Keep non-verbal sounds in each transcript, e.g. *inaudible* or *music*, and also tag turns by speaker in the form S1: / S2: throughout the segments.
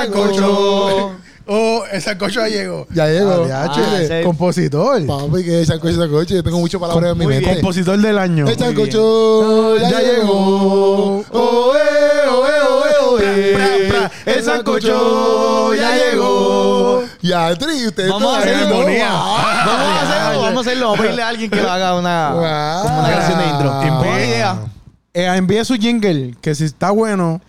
S1: sancocho. Oh, el sancocho ya llegó.
S2: Ya llegó.
S3: Ah,
S2: Chile.
S3: ese-
S1: Compositor.
S2: Papi, que sancocho, sancocho. Yo tengo muchas palabras en mi
S3: Muy
S2: mente.
S1: Compositor del año.
S2: El sancocho ya, llegó.
S1: Oe, oe, oe, oe.
S2: Pra, pra, pra.
S1: El sancocho ya llegó.
S2: Ya, Tri, ustedes
S3: Vamos a
S2: todavía
S3: hacer
S2: no Ah.
S1: armonía.
S2: van.
S3: Vamos a hacerlo, Ah, vamos a hacerlo. Vamos a pedirle a alguien que lo haga una,
S2: Wow.
S3: como
S1: Ah,
S3: una canción de intro.
S2: Qué
S3: Buena idea.
S1: Eh, envíe su jingle, que si está bueno,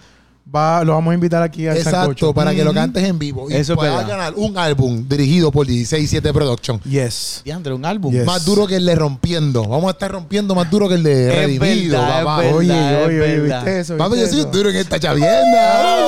S1: va, lo vamos a invitar aquí al sancocho.
S2: Exacto, para que lo cantes en vivo. Y
S3: Eso es
S2: puedas
S3: verdad.
S2: ganar un álbum dirigido por 167 Production.
S1: Yes.
S3: Diandre, un álbum.
S1: Yes.
S2: Más duro que el de Rompiendo. Vamos a estar rompiendo más duro que el de
S3: Es
S2: Redimido,
S3: verdad, es
S2: papá.
S3: verdad.
S1: Oye,
S3: es
S1: oye, oye,
S3: verdad.
S1: ¿viste eso?
S2: Papi, yo
S1: ¿Viste
S2: soy
S1: eso?
S2: un duro en esta chavienda.
S3: Está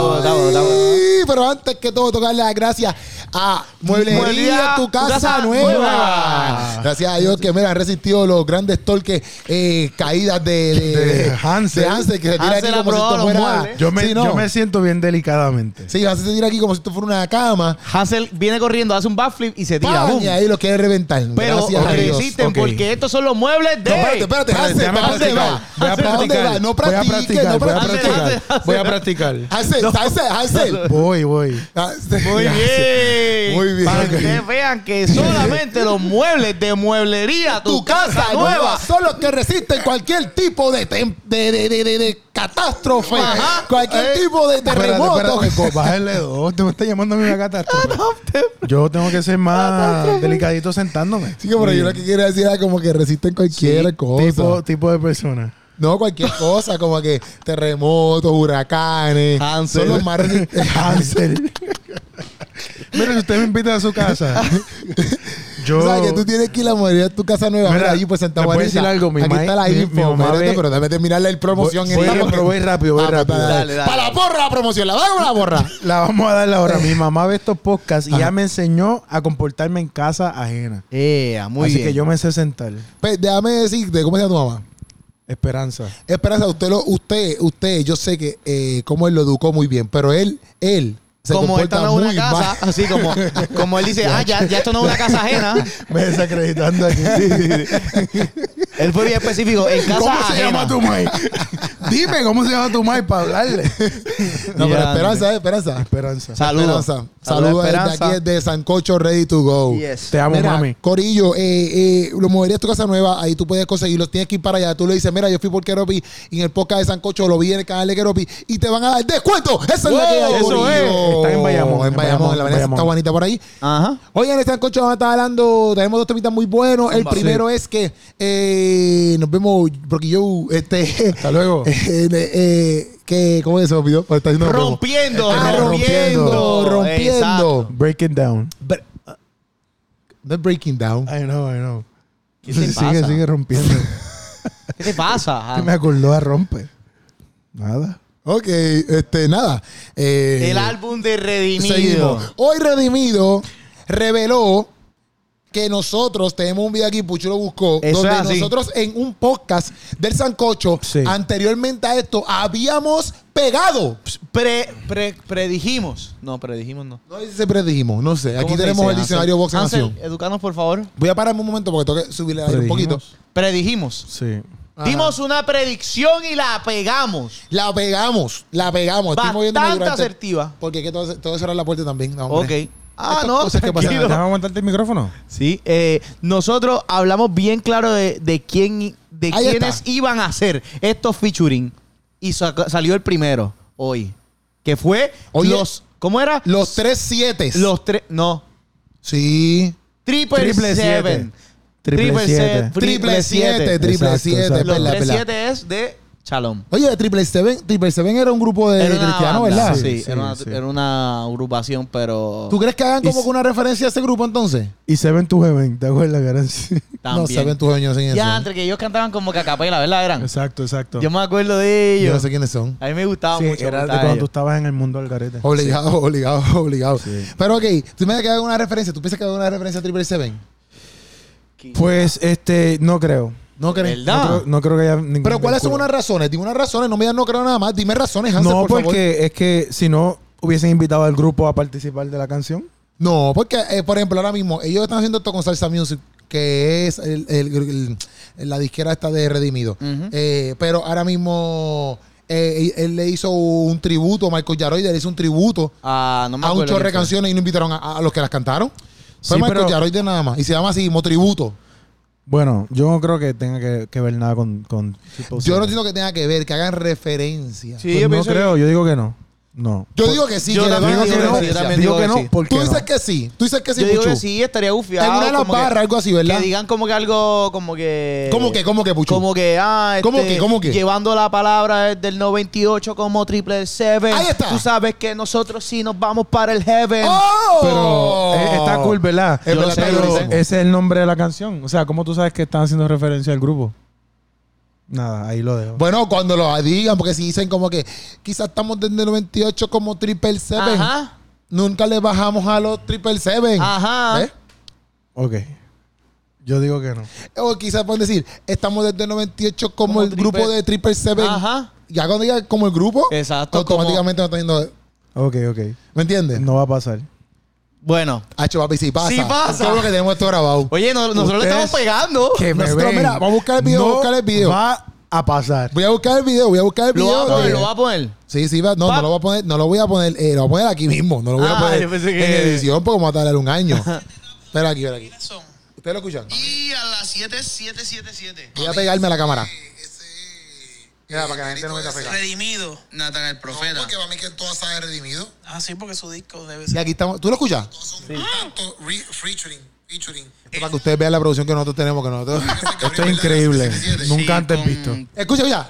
S3: bueno, está bueno, está bueno.
S2: Sí, Pero antes que todo, tocarle las gracias a Mueblería
S3: Mueblería,
S2: Tu Casa,
S3: tu casa
S2: nueva.
S3: nueva.
S2: Gracias a Dios que me han resistido los grandes torques, eh, caídas de, de,
S1: De Hansel.
S2: de que se tira
S3: Hansel
S2: aquí
S3: ha
S2: como si esto
S3: probado los
S2: fuera.
S3: muebles.
S1: Yo me,
S2: Sí, ¿no?
S1: yo me siento bien delicadamente.
S2: Sí, Hansel se tira aquí como si esto fuera una cama.
S3: Hansel viene corriendo, hace un backflip y se tira.
S2: ¡pam!
S3: ¡Bum!
S2: Y ahí lo quiere reventar.
S3: Pero
S2: eh, Gracias a Dios.
S3: resisten
S1: ok.
S3: porque estos son los muebles de.
S2: No, espérate,
S1: Espérate,
S2: espérate, Hansel,
S1: déjame
S2: ¿para dónde
S1: practicar.
S2: va?
S1: Voy a
S2: ¿Para dónde
S1: practicar.
S2: va? No
S1: Voy a
S2: practiques,
S1: practicar,
S2: no
S1: voy a
S2: practiques.
S1: practicar. *laughs* Voy a practicar.
S2: Hansel, Hansel, Hansel.
S1: Voy, voy.
S2: Hansel.
S3: Muy bien.
S2: Muy bien.
S3: Para que ustedes vean que solamente los muebles
S2: *laughs*
S3: de mueblería, tu, casa, nueva.
S2: son los que resisten cualquier tipo de, tem- de, de, de, de- de catástrofe,
S3: Ajá.
S2: cualquier tipo de terremoto.
S1: Espérate, espérate, co- bájale dos. Te me está llamando a mí una
S2: *laughs*
S1: catástrofe. Yo tengo que ser más delicadito sentándome.
S2: Sí, pero yo lo que quiero decir era como que resisten cualquier cosa.
S1: Tipo, tipo de
S2: *laughs*
S1: persona.
S2: no, cualquier cosa, como que terremotos, huracanes.
S3: Hansel.
S2: Son los más resistentes.
S1: Hansel. Mira, si usted me invita a su
S2: *laughs*
S1: casa, yo.
S2: O sea, que tú tienes que ir a morir a tu casa nueva.
S1: Mira,
S2: Mira, allí pues Santa
S1: te puedo
S2: Juanita.
S1: decir algo, mi
S2: Aquí
S1: ma-
S2: está la
S1: mi-
S2: info.
S1: mi mamá
S2: espérate,
S1: ve-
S2: pero déjame terminar la promoción.
S1: Voy- voy
S2: esta,
S1: rápido,
S2: porque-
S1: voy rápido, voy
S2: pues,
S1: rápido.
S2: *laughs* dale,
S3: Dale, dale.
S2: Para la borra la promoción. La damos la borra.
S1: La vamos a darle *laughs* ahora. Mi mamá ve estos podcasts y ya me enseñó a comportarme en casa ajena.
S3: Eh, muy
S1: Así
S3: bien.
S1: que yo me sé sentar.
S2: Pues, déjame decirte, ¿cómo se llama tu mamá?
S1: Esperanza.
S2: Esperanza, usted, lo, usted, usted, yo sé que eh, como él lo educó muy bien, pero él, él se
S3: como
S2: comporta
S3: esta no es
S2: muy
S3: una casa, *laughs*
S2: mal.
S3: así como, como él dice, ah, ya, ya esto no es una casa ajena.
S1: Me desacreditando aquí.
S3: Él fue bien específico, en casa
S1: *laughs* ¿Cómo
S3: ajena.
S1: se llama tu *laughs* mai? Dime cómo se llama tu mai para hablarle.
S2: No, pero
S3: Ya,
S2: Esperanza, eh, Esperanza.
S1: Esperanza.
S3: Saludos.
S2: Esperanza.
S3: Saludos,
S2: Saludos desde
S3: Esperanza.
S2: aquí, desde Sancocho Ready to Go.
S3: Yes.
S1: Te amo,
S2: Mira,
S1: mami.
S2: Corillo, eh, eh, lo moverías tu casa nueva, ahí tú puedes conseguirlo, tienes que ir para allá. Tú le dices, mira, yo fui por Keropi y en el podcast de Sancocho lo vi en el canal de Keropi y te van a dar descuento. Esa es la que hay,
S1: Wow, eso es.
S2: Corillo.
S1: Está en Bayamón,
S2: En Bayamón, en la avenida
S1: Bayamón.
S2: Santa Juanita por ahí.
S3: Ajá.
S2: Oye, en el Sancocho vamos a estar hablando, tenemos dos temitas muy buenos. El
S3: Sí.
S2: primero es que eh, nos vemos, porque yo, este...
S1: Hasta luego.
S2: *laughs* eh, eh, eh, que, ¿Cómo se me olvidó? Está haciendo una promo.
S3: Rompiendo,
S2: Ah, rompiendo,
S3: rompiendo.
S2: rompiendo.
S3: Exacto.
S1: Break it down.
S2: Bre- ah, No es breaking down.
S1: I know, I know.
S3: ¿Qué
S1: *laughs*
S3: te
S1: sigue,
S3: pasa? Ah.
S1: sigue
S3: *laughs*
S1: rompiendo.
S3: ¿Qué te pasa?
S2: *laughs*
S1: ¿Qué me acordó a rompe? Nada.
S2: Ok, este, nada. Eh,
S3: El álbum de Redimido.
S2: Seguimos. Hoy Redimido reveló que nosotros tenemos un video aquí, Pucho lo buscó,
S3: Eso
S2: donde
S3: es así.
S2: nosotros en un podcast del Sancocho,
S1: Sí.
S2: anteriormente a esto, habíamos pegado.
S3: Pre, pre- predijimos. No, predijimos no.
S2: No sé si siempre dijimos, no sé. Aquí
S3: ¿Cómo se
S2: tenemos
S3: dice,
S2: el diccionario Box en
S3: Hansel?
S2: acción.
S3: Hansel, educanos, por favor.
S2: Voy a pararme un momento porque tengo que subirle ahí un poquito.
S1: ¿Predijimos?
S3: Predijimos.
S1: Sí.
S2: Ajá.
S3: Dimos una predicción y la pegamos.
S2: La pegamos, la pegamos. Estoy moviéndome
S3: Bastante
S2: durante-
S3: asertiva.
S2: Porque hay que todo, todo cerrar la puerta también. No,
S3: Ok.
S2: hombre.
S3: Ah,
S2: Estas
S3: no,
S2: cosas que pasan.
S3: tranquilo.
S1: aguantarte el micrófono?
S3: Sí, eh, nosotros hablamos bien claro de, de quién, de
S2: Ahí
S3: quiénes
S2: está.
S3: iban a hacer estos featuring. Y saca- salió el primero hoy. Que fue
S2: Oye,
S3: los. ¿Cómo era?
S2: Los tres siete.
S3: Los tres. No.
S2: Sí.
S3: Triple,
S1: Triple siete.
S3: seven.
S1: Triple siete.
S3: se-
S2: Triple siete, triple
S1: Exacto,
S2: siete.
S1: exacto.
S3: Los
S2: pela,
S3: tres
S2: pela.
S3: siete es de Chalón.
S2: Oye, Triple Seven, Triple Seven era un grupo de
S3: Era una
S2: cristianos,
S3: banda,
S2: ¿verdad?
S3: Sí,
S1: Sí,
S3: era, una,
S1: sí.
S3: era una agrupación, pero.
S2: ¿Tú crees que hagan como que una referencia a ese grupo entonces?
S1: Y Seven to Heaven, ¿te acuerdas, Garancy?
S2: No
S3: también.
S2: saben tus dueños sin eso.
S3: ya, entre que ellos cantaban como que a capela, ¿verdad? Eran.
S1: Exacto, exacto.
S3: Yo me acuerdo de
S2: Yo no
S3: ellos.
S2: sé quiénes son.
S3: A mí me gustaba
S1: sí,
S3: mucho.
S1: era de
S3: cantar
S1: cuando tú
S3: ellos.
S1: estabas en el mundo del garete.
S2: Obligado, *laughs* obligado, obligado.
S1: Sí.
S2: Pero ok, tú me dices que hagan una referencia. ¿Tú piensas que hagan una referencia a Triple Seven?
S1: Pues, este, no creo.
S2: No crees.
S3: ¿Verdad?
S1: No, creo, no creo que haya ningún
S2: Ah. Pero ¿cuáles son
S1: vínculo.
S2: unas razones? Dime unas razones. No me digas no creo nada más. Dime razones, Hansel,
S1: No,
S2: por favor.
S1: porque es que si no hubiesen invitado al grupo a participar de la canción.
S2: No, porque, eh, por ejemplo, ahora mismo, ellos están haciendo esto con Salsa Music, que es el- el- el- la disquera esta de Redimido.
S3: Ujú.
S2: Eh, pero ahora mismo eh, él, él le hizo un tributo, Michael Yaroide le hizo un tributo
S3: Ah, no me
S2: a un
S3: acuerdo
S2: chorre de
S3: quién fue.
S2: canciones y no invitaron a, a los que las cantaron. Fue
S1: Sí,
S2: Michael
S1: pero-
S2: Yaroide nada más. Y se llama así, Mo Tributo.
S1: Bueno, yo no creo que tenga que, que ver nada con. con Triple
S2: Yo no
S1: Seven.
S2: entiendo que tenga que ver, que hagan referencia.
S3: Pues Sí,
S1: Pues
S3: yo
S1: no
S3: pienso que-
S1: creo, yo digo que no. No. Pues,
S2: Yo digo que sí,
S3: yo
S2: que le
S3: también
S2: van a
S3: digo
S2: hacer
S3: que sí,
S2: referencia.
S3: yo también
S1: digo que
S3: digo que
S1: no,
S3: sí.
S1: porque.
S2: Tú dices que sí. Tú dices que sí,
S3: Yo digo que
S2: Puchu.
S3: sí, estaría
S2: En
S3: gufiado.
S2: una de las
S3: como que-
S2: barras, algo así, ¿verdad?
S3: Que digan como que algo, como que...
S2: ¿Cómo que, cómo que, Puchu?
S3: Como que, ah, este,
S2: ¿Cómo que, cómo que?
S3: Llevando la palabra del 98 como triple seven.
S2: Ahí está.
S3: Tú sabes que nosotros sí nos vamos para el heaven.
S1: Pero
S2: ¡Oh!
S1: eh, está cool, ¿verdad?
S2: Es
S3: Yo
S2: verdad,
S3: sé,
S2: está
S3: yo
S2: durísimo.
S3: sé.
S1: Ese es el nombre de la canción. O sea, ¿cómo tú sabes que están haciendo referencia al grupo? Nada, ahí lo dejo.
S2: Bueno, cuando lo digan, porque si dicen como que quizás estamos desde el 98 como Triple Seven,
S3: Ajá.
S2: nunca le bajamos a los Triple Seven.
S3: Ajá.
S2: ¿Ves?
S1: Ok. Yo digo que no.
S2: O quizás pueden decir, estamos desde el 98 como,
S3: Como
S2: el
S3: Triple-
S2: grupo de Triple Seven.
S3: Ajá.
S2: Ya cuando digan como el grupo,
S3: Exacto,
S2: automáticamente no está yendo.
S1: Ok, ok.
S2: ¿Me entiendes?
S1: No va a pasar.
S3: Bueno.
S2: Hacho, papi, si pasa.
S3: Sí pasa.
S2: Todo lo que tenemos esto grabado.
S3: Oye, no- nosotros le
S1: Ustedes-
S3: estamos pegando.
S1: Que me
S2: Nosotros,
S1: ven.
S2: mira, vamos a buscar el video,
S1: No
S2: vamos a buscar el video.
S1: Va a pasar.
S2: Voy a buscar el video, voy a buscar el
S3: Lo
S2: video.
S3: va a poner,
S2: de-
S3: lo va a poner.
S2: Sí, sí, va- no,
S3: Va-
S2: no lo voy a poner, no lo voy a poner, eh, lo voy a poner aquí mismo, no lo voy a
S3: Ah,
S2: poner
S3: yo pensé
S2: en
S3: que-
S2: edición porque vamos a tardar un
S3: *laughs*
S2: año. espera aquí, espera aquí.
S4: son.
S2: ¿Ustedes lo escuchan?
S4: Y a las 7777.
S2: Voy a pegarme a la cámara.
S4: Mira, para que la gente no me Redimido. Nathan el profeta.
S2: para mí que todo está redimido.
S4: Ah, sí, porque su disco debe
S2: Y
S4: ser.
S2: aquí estamos, ¿tú lo escuchas?
S5: Tanto re- featuring, featuring.
S2: Esto Para que ustedes vean la producción que nosotros tenemos, que nosotros...
S1: Esto es increíble. Nunca antes
S4: con-
S1: visto.
S2: escucha, escucha.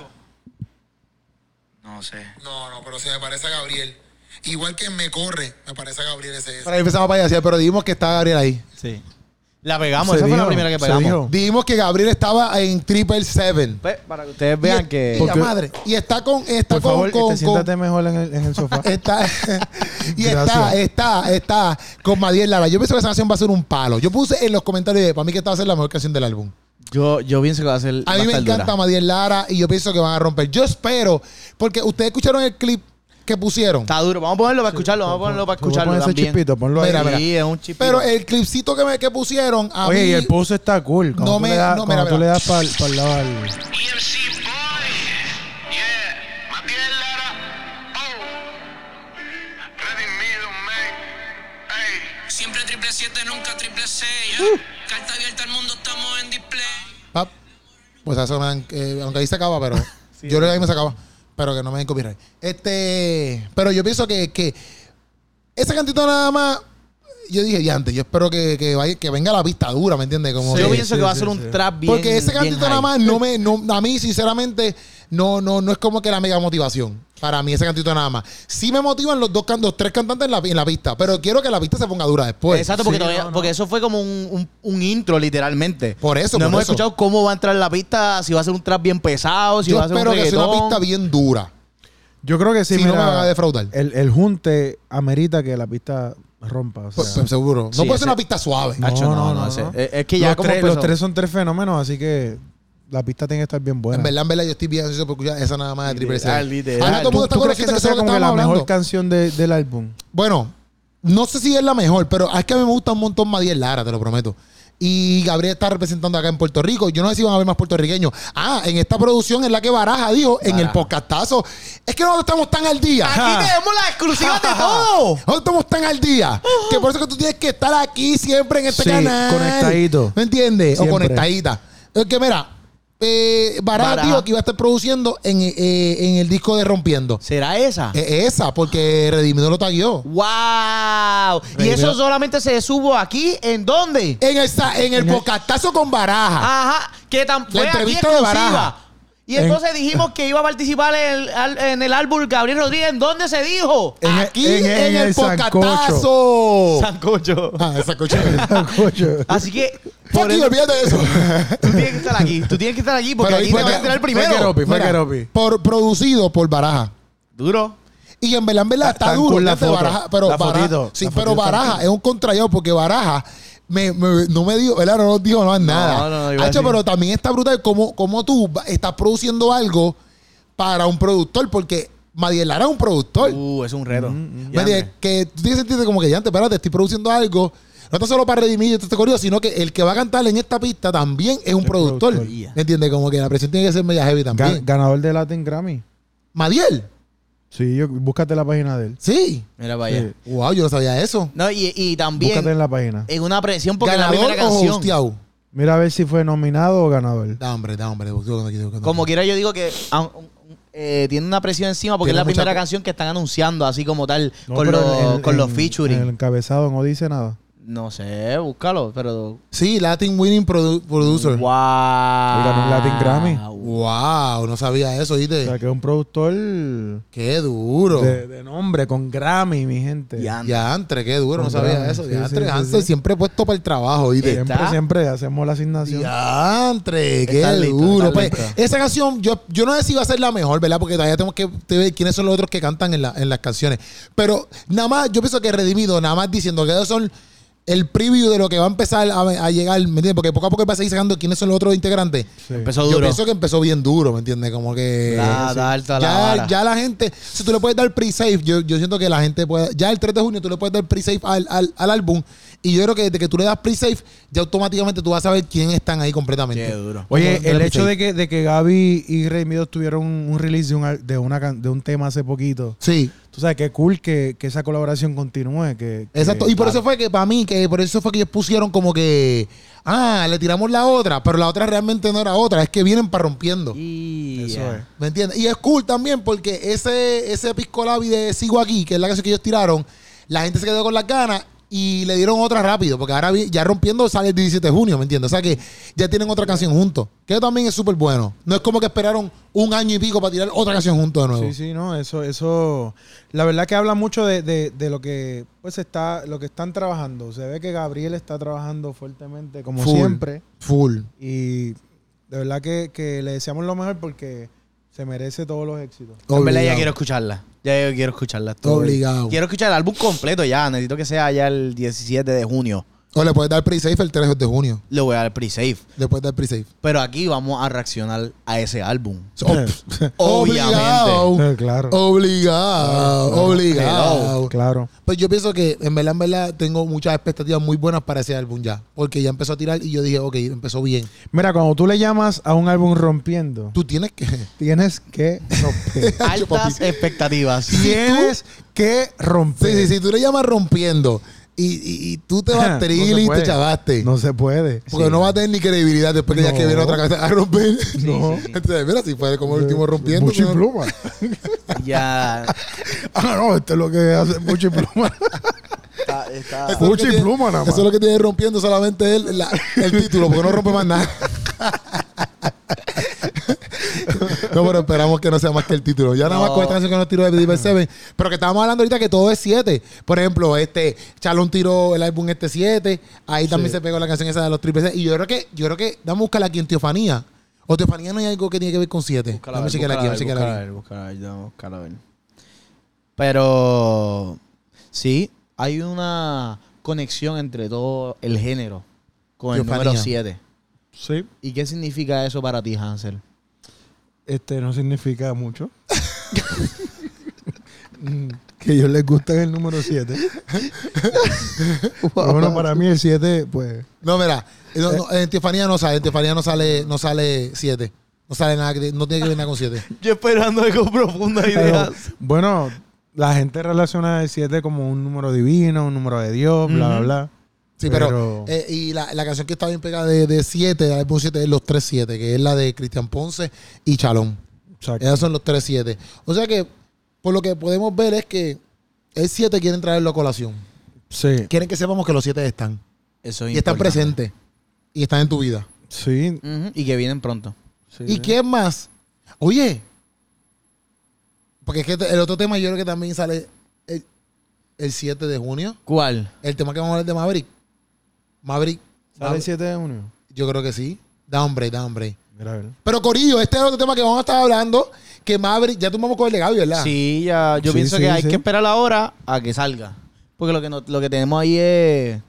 S4: No sé.
S5: No, no, pero se me parece a Gabriel. Igual que me corre, me parece a Gabriel ese. ese.
S2: Para ahí empezamos para allá, decía, pero dijimos que estaba Gabriel ahí.
S3: Sí. La pegamos,
S1: Se
S3: esa fue la
S1: dijo,
S3: primera que
S1: se
S3: pegamos.
S1: dijo.
S2: Dijimos que Gabriel estaba en Triple Seven.
S3: Pues, para que ustedes vean
S2: Y-
S3: que...
S2: Y la
S1: Porque-
S2: madre. Y está con... Está
S1: Por
S2: con,
S1: favor,
S2: con-
S1: este,
S2: con-
S1: siéntate mejor en el, en el sofá.
S2: Está, y está,
S1: Gracias.
S2: está, está con Madiel Lara. Yo pienso que esa canción va a ser un palo. Yo puse en los comentarios de para mí que esta va a ser la mejor canción del álbum.
S3: Yo, yo pienso que va a ser...
S2: A mí me encanta Madiel Lara y yo pienso que van a romper. Yo espero, porque ustedes escucharon el clip que pusieron.
S3: Está duro. Vamos a ponerlo para escucharlo. Vamos a ponerlo para
S1: Tú vas a
S3: escucharlo
S1: poner ese
S3: también.
S1: chispito, ponlo ahí.
S2: Mira, mira.
S3: Sí, es un chipito.
S2: Pero el clipcito que, me, que pusieron *laughs* a
S1: Oye,
S2: mí...
S1: y el pulso está cool. Cuando tú
S2: No me-
S1: le das,
S2: no, mira,
S1: cuando tú
S2: mira.
S1: le das para el lado al-
S6: EMC E Boy. Yeah, Matiel Lara. Oh, redimido, man. Hey.
S7: Siempre triple 7, nunca triple 6. Carta abierta al mundo, estamos en display.
S2: Pap. Pues eso me dan- eh, aunque ahí se
S1: *laughs*
S2: acaba, pero yo creo que ahí me sacaba, pero que no me den copyright. Este, pero yo pienso que, que ese cantito nada más, yo dije ya antes, yo espero que, que, vaya- que venga la pista dura, ¿me entiendes? Como
S3: yo
S2: que-
S3: pienso
S1: sí,
S3: que va a
S1: sí,
S3: ser
S1: sí.
S3: un trap bien
S2: porque ese
S3: bien
S2: cantito nada
S3: high.
S2: más no me, no, a mí sinceramente no, no, no es como que la mega motivación. Para mí ese cantito nada más. Sí me motivan los dos can- los tres cantantes en la, en la pista, pero quiero que la pista se ponga dura después.
S3: Pues, Exacto, porque,
S1: Sí,
S3: todavía-
S1: no, no.
S3: porque eso fue como un, un- un intro, literalmente.
S2: Por eso,
S3: No
S2: por
S3: hemos
S2: eso.
S3: escuchado cómo va a entrar la pista, si va a ser un trap bien pesado, si
S2: yo
S3: va a ser un
S2: espero que sea
S3: reggaetón.
S2: una pista bien dura.
S1: Yo creo que sí,
S2: Si no, me van a defraudar.
S1: El, el junte amerita que la pista rompa. o sea.
S2: Pues, pues, seguro. No
S3: Sí,
S2: puede
S3: ese-
S2: ser una pista suave.
S1: Ah,
S3: Nacho, no, no, ese- eh, es que ya
S1: los
S3: como
S1: tres,
S3: empezó.
S1: los tres son tres fenómenos, así que la pista tiene que estar bien buena.
S2: En verdad, en verdad, yo estoy bien ansioso por escuchar esa nada más de Triple
S3: Literal,
S2: C.
S3: literal.
S2: Ahora todo el
S1: ¿Tú,
S2: mundo está
S1: tú
S2: con
S1: crees que esa sea como que la mejor canción de- del
S2: *laughs*
S1: álbum? *laughs*
S2: Bueno, no sé si es la mejor, pero es que a mí me gusta un montón Madiel Lara, te lo prometo. Y Gabriel está representando acá en Puerto Rico. Yo no sé si van a haber más puertorriqueños. Ah, en esta producción es la que Baraja dijo en el
S3: Baraja.
S2: podcastazo. Es que nosotros estamos tan al día.
S3: Aquí tenemos la
S2: *laughs*
S3: exclusiva de todo.
S2: Nosotros estamos tan al día que por eso que tú tienes que estar aquí siempre en este
S1: Sí,
S2: canal.
S1: conectadito.
S2: ¿Me entiendes? O
S1: Siempre.
S2: conectadita. Es que mira, eh, Baraja,
S3: Baraja.
S2: dijo que iba a estar produciendo en, eh, en el disco de Rompiendo.
S3: ¿Será esa?
S2: Eh, esa, porque Redimido lo taguió.
S3: ¡Wow! Y
S1: Rey,
S3: eso
S1: mira.
S3: solamente se subo aquí, ¿en dónde?
S2: En el, sa- en el
S1: En el- Ah,
S2: bocastazo con Baraja.
S3: Ajá, que tan fue aquí
S2: entrevista de
S3: exclusiva.
S2: Baraja.
S3: Y
S1: En-
S3: entonces dijimos que iba a participar en el, al- en el álbum Gabriel Rodríguez. ¿En dónde se dijo?
S1: en-
S2: Aquí en,
S1: en- en
S2: el,
S1: el
S2: pocatazo.
S3: Sancocho.
S2: Oh. Ah,
S1: *laughs*
S2: el sancocho.
S1: Cocho.
S2: Ah,
S3: Así que, por
S2: Fuck you,
S3: eso,
S2: olvídate de eso.
S3: tú tienes que estar aquí. Tú tienes que estar aquí porque
S2: Pero ahí
S3: aquí
S2: fue
S3: te vas a
S2: que-
S3: entrar
S2: fue
S1: que
S3: primero.
S1: Ropi, fue
S2: Mira,
S1: que Ropi.
S2: Por, producido por Baraja.
S3: Duro.
S2: Y en verdad, en verdad, está
S1: Tan
S2: duro.
S1: cool la
S2: fíjate,
S1: foto.
S2: Baraja, pero
S1: La
S2: Baraja,
S1: fotito,
S2: sí,
S1: la
S2: pero
S1: fotito está
S2: Baraja
S1: cool.
S2: es un contrallado porque Baraja me- me- no me dijo, ¿verdad? No nos dijo no, nada.
S3: no, iba a
S2: Hacho,
S3: decir-
S2: pero también está brutal como, como tú va- estás produciendo algo para un productor porque Madiel Lara es un productor.
S3: Uh, es un reto.
S2: ¿Me entiendes? que tú tienes que sentirte como que ya antes, espérate, estoy produciendo algo. No tan solo para redimir este corrido, sino que el que va a cantar en esta pista también es un productor.
S1: productor.
S2: ¿Me entiendes? Como que la presión tiene que ser media heavy también.
S1: Ga- ganador de Latin Grammy.
S2: Madiel.
S1: Sí, yo, búscate la página de él.
S2: Sí.
S3: Mira para allá.
S1: Sí.
S2: Wow, yo no sabía eso.
S3: No, y, y también eh,
S1: Búscate en la página.
S3: en una presión porque es la
S2: ¿Ganador
S3: primera
S2: o
S3: canción.
S2: hostiao?
S1: Mira a ver si fue nominado o ganador.
S2: Da hombre, da hombre.
S3: Como quiera yo digo que ah, un- un- eh, tiene una presión encima porque es
S2: Tiene
S3: la
S2: mucha
S3: primera
S2: co-
S3: canción que están anunciando así como tal
S1: No,
S3: con,
S1: pero
S3: los,
S1: en-
S3: con los
S1: en-
S3: featuring.
S1: en el encabezado no dice nada.
S3: No sé, búscalo, pero...
S2: Sí, Latin Winning Produ- Producer. Wow.
S3: ¡Wow!
S1: ganó un Latin Grammy.
S2: no sabía eso,
S1: O sea,
S2: ¿viste?
S1: que es un productor de,
S2: Qué duro.
S1: de nombre, con Grammy, mi gente.
S3: Ya.
S2: Ya, entre, qué duro, no
S1: Con
S2: sabía
S1: drama.
S2: eso.
S1: Sí,
S2: Ya,
S1: sí,
S2: entre,
S1: sí,
S2: Hansel
S1: sí.
S2: siempre he puesto para el trabajo, ¿viste?
S1: Siempre,
S3: Está.
S1: siempre hacemos la asignación.
S2: Diantre, qué
S3: Está listo,
S2: duro.
S3: está
S2: Pues,
S3: listo.
S2: esa canción, yo, yo no sé si va a ser la mejor, ¿verdad? Porque todavía tenemos que ver quiénes son los otros que cantan en, la- en las canciones. Pero nada más, yo pienso que Redimido, nada más diciendo que ellos son el preview de lo que va a empezar a, a llegar, ¿me entiendes? Porque poco a poco va a seguir sacando quiénes son los otros integrantes.
S1: Sí.
S3: Empezó
S2: Yo
S3: duro.
S2: pienso que empezó bien duro, ¿me entiendes? Como que...
S3: La-
S2: Sí.
S3: da alta la
S2: ya,
S3: vara.
S2: ya la gente, si tú le puedes dar pre-save, yo, yo siento que la gente puede... Ya el 3 de junio tú le puedes dar pre-save al, al- al álbum y yo creo que desde que tú le das pre-save, ya automáticamente tú vas a saber quién están ahí completamente.
S3: Qué duro.
S1: Oye,
S2: Dale
S1: el
S2: play.
S1: hecho de que, de que Gaby y Remido tuvieron un release de, un al- de, una, can- de un tema hace poquito,
S2: Sí,
S1: tú sabes que cool que, que esa colaboración continúe. Que, que-
S2: exacto.
S3: Eh,
S2: Y por eso fue que para mí, que por eso fue que ellos pusieron como que... Ah, le tiramos la otra, pero la otra realmente no era otra, es que vienen para rompiendo.
S3: Y-
S1: Eso es.
S2: ¿Me entiendes? Y es cool también porque ese, ese Pisco Labi de Sigo Aquí, que es la canción que ellos tiraron, la gente se quedó con las ganas y le dieron otra rápido, porque ahora vi- ya rompiendo sale el 17 de junio, ¿me entiendes? O sea que ya tienen otra canción juntos, que también es súper bueno. No es como que esperaron un año y pico para tirar otra canción juntos de nuevo.
S1: Sí, sí, no, eso, eso, la verdad que habla mucho de, de, de lo que, pues está, lo que están trabajando. Se ve que Gabriel está trabajando fuertemente, como
S2: Full.
S1: siempre,
S2: Full.
S1: y de verdad que, que le deseamos lo mejor porque se merece todos los
S2: *laughs*
S1: éxitos.
S3: En verdad ya
S2: Obligado.
S3: quiero escucharla. Ya yo quiero escucharla. Estoy-
S2: Obligado.
S3: Quiero escuchar el álbum completo ya. Necesito que sea ya el 17 de junio.
S2: O le puedes dar pre-save el 3 de junio.
S3: Le voy a dar pre-save.
S2: Le puedes dar pre-save.
S3: Pero aquí vamos a reaccionar a ese álbum.
S1: *laughs*
S2: So- Oh.
S3: Obviamente.
S1: Eh, claro,
S2: Obligado. Obligado.
S1: claro.
S2: Pues yo pienso que en verdad, en verdad, tengo muchas expectativas muy buenas para ese álbum ya. Porque ya empezó a tirar y yo dije, ok, empezó bien.
S1: Mira, cuando tú le llamas a un álbum rompiendo,
S2: Tú tienes que. *laughs*
S1: tienes que romper.
S3: Altas expectativas.
S1: tienes que romper.
S2: Sí, sí, sí, tú le llamas rompiendo y, y, y tú te vas
S1: Pues. *laughs* No se
S2: tril y te
S1: puede.
S2: chavaste.
S1: No se puede.
S2: porque no va a tener ni credibilidad después que ya que
S1: No.
S2: viene otra cabeza a romper.
S1: No.
S2: Entonces, mira, si fue como el último rompiendo.
S1: Mucho y
S2: ¿no?
S1: Eh, pluma.
S3: Ya.
S1: Ah, no, esto es lo que hace mucho y pluma.
S3: Está, está-
S2: Eso es lo que
S1: Mucho y
S2: tiene-
S1: pluma nada más.
S2: Eso es lo que tiene rompiendo solamente el, la- el título, porque no rompe más nada. No, pero esperamos que no sea más que el título. Ya nada más
S3: No.
S2: con esta canción que nos tiró de Diver 7. Pero que estábamos hablando ahorita que todo es 7. Por ejemplo, este Chalón tiró el álbum este 7. Ahí también se pegó la canción esa de los triple C. Y yo creo que, yo creo que, dame a buscarla aquí en Teofanía. O Teofanía no hay algo que tiene que ver con 7.
S3: Búscala,
S2: Dame chequearla aquí,
S3: búscala,
S2: dame chequearla aquí.
S3: búscala, búscala, búscala, búscala, búscala. Pero sí, hay una conexión entre todo el género con el
S2: Teofanía.
S3: número 7.
S1: Sí,
S3: ¿Y qué significa eso para ti, Hansel?
S1: este no significa mucho. Mm, *laughs* que ellos les gusta el número 7. bueno, para mí el 7, pues.
S2: No, mira, eh, no, no, en Teofanía no sale, en Teofanía no sale, no sale 7. No sale nada, que te- no tiene que ver nada con 7.
S3: Yo esperando algo profundo
S1: pero, bueno, la gente relaciona el 7 como un número divino, un número de Dios, bla, bla, bla.
S2: Sí, pero, eh, y la, la canción que está bien pegada de 7, del álbum 7, es Los 3-7, que es la de Cristian Ponce y Chalón.
S1: Exacto.
S2: Esos son los 3-7. O sea que, por lo que podemos ver es que el 7 quieren traerlo a colación.
S1: Sí,
S2: Quieren que sepamos que los 7 están.
S3: Eso es
S2: Y están
S3: importante.
S2: presentes. Y están en tu vida.
S1: sí.
S3: Ujú, Y que vienen pronto.
S1: sí,
S2: ¿Y
S1: sí.
S2: quién más? Oye. Porque es que te- el otro tema yo creo que también sale el, el 7 de junio.
S3: ¿Cuál?
S2: El tema que vamos a hablar de Maverick. Maverick.
S1: ¿Sale el
S2: Maverick,
S1: 7 de junio?
S2: Yo creo que sí. Da hombre, da hombre.
S1: Mira, a ver.
S2: Pero Corillo, este es otro tema que vamos a estar hablando. Que Maverick, ya tú vamos con el de Gaby, ¿verdad?
S3: Sí, ya, yo
S1: Sí,
S3: pienso
S1: sí,
S3: que hay
S1: sí.
S3: que esperar ahora a que salga. Porque lo que, no- lo que tenemos ahí es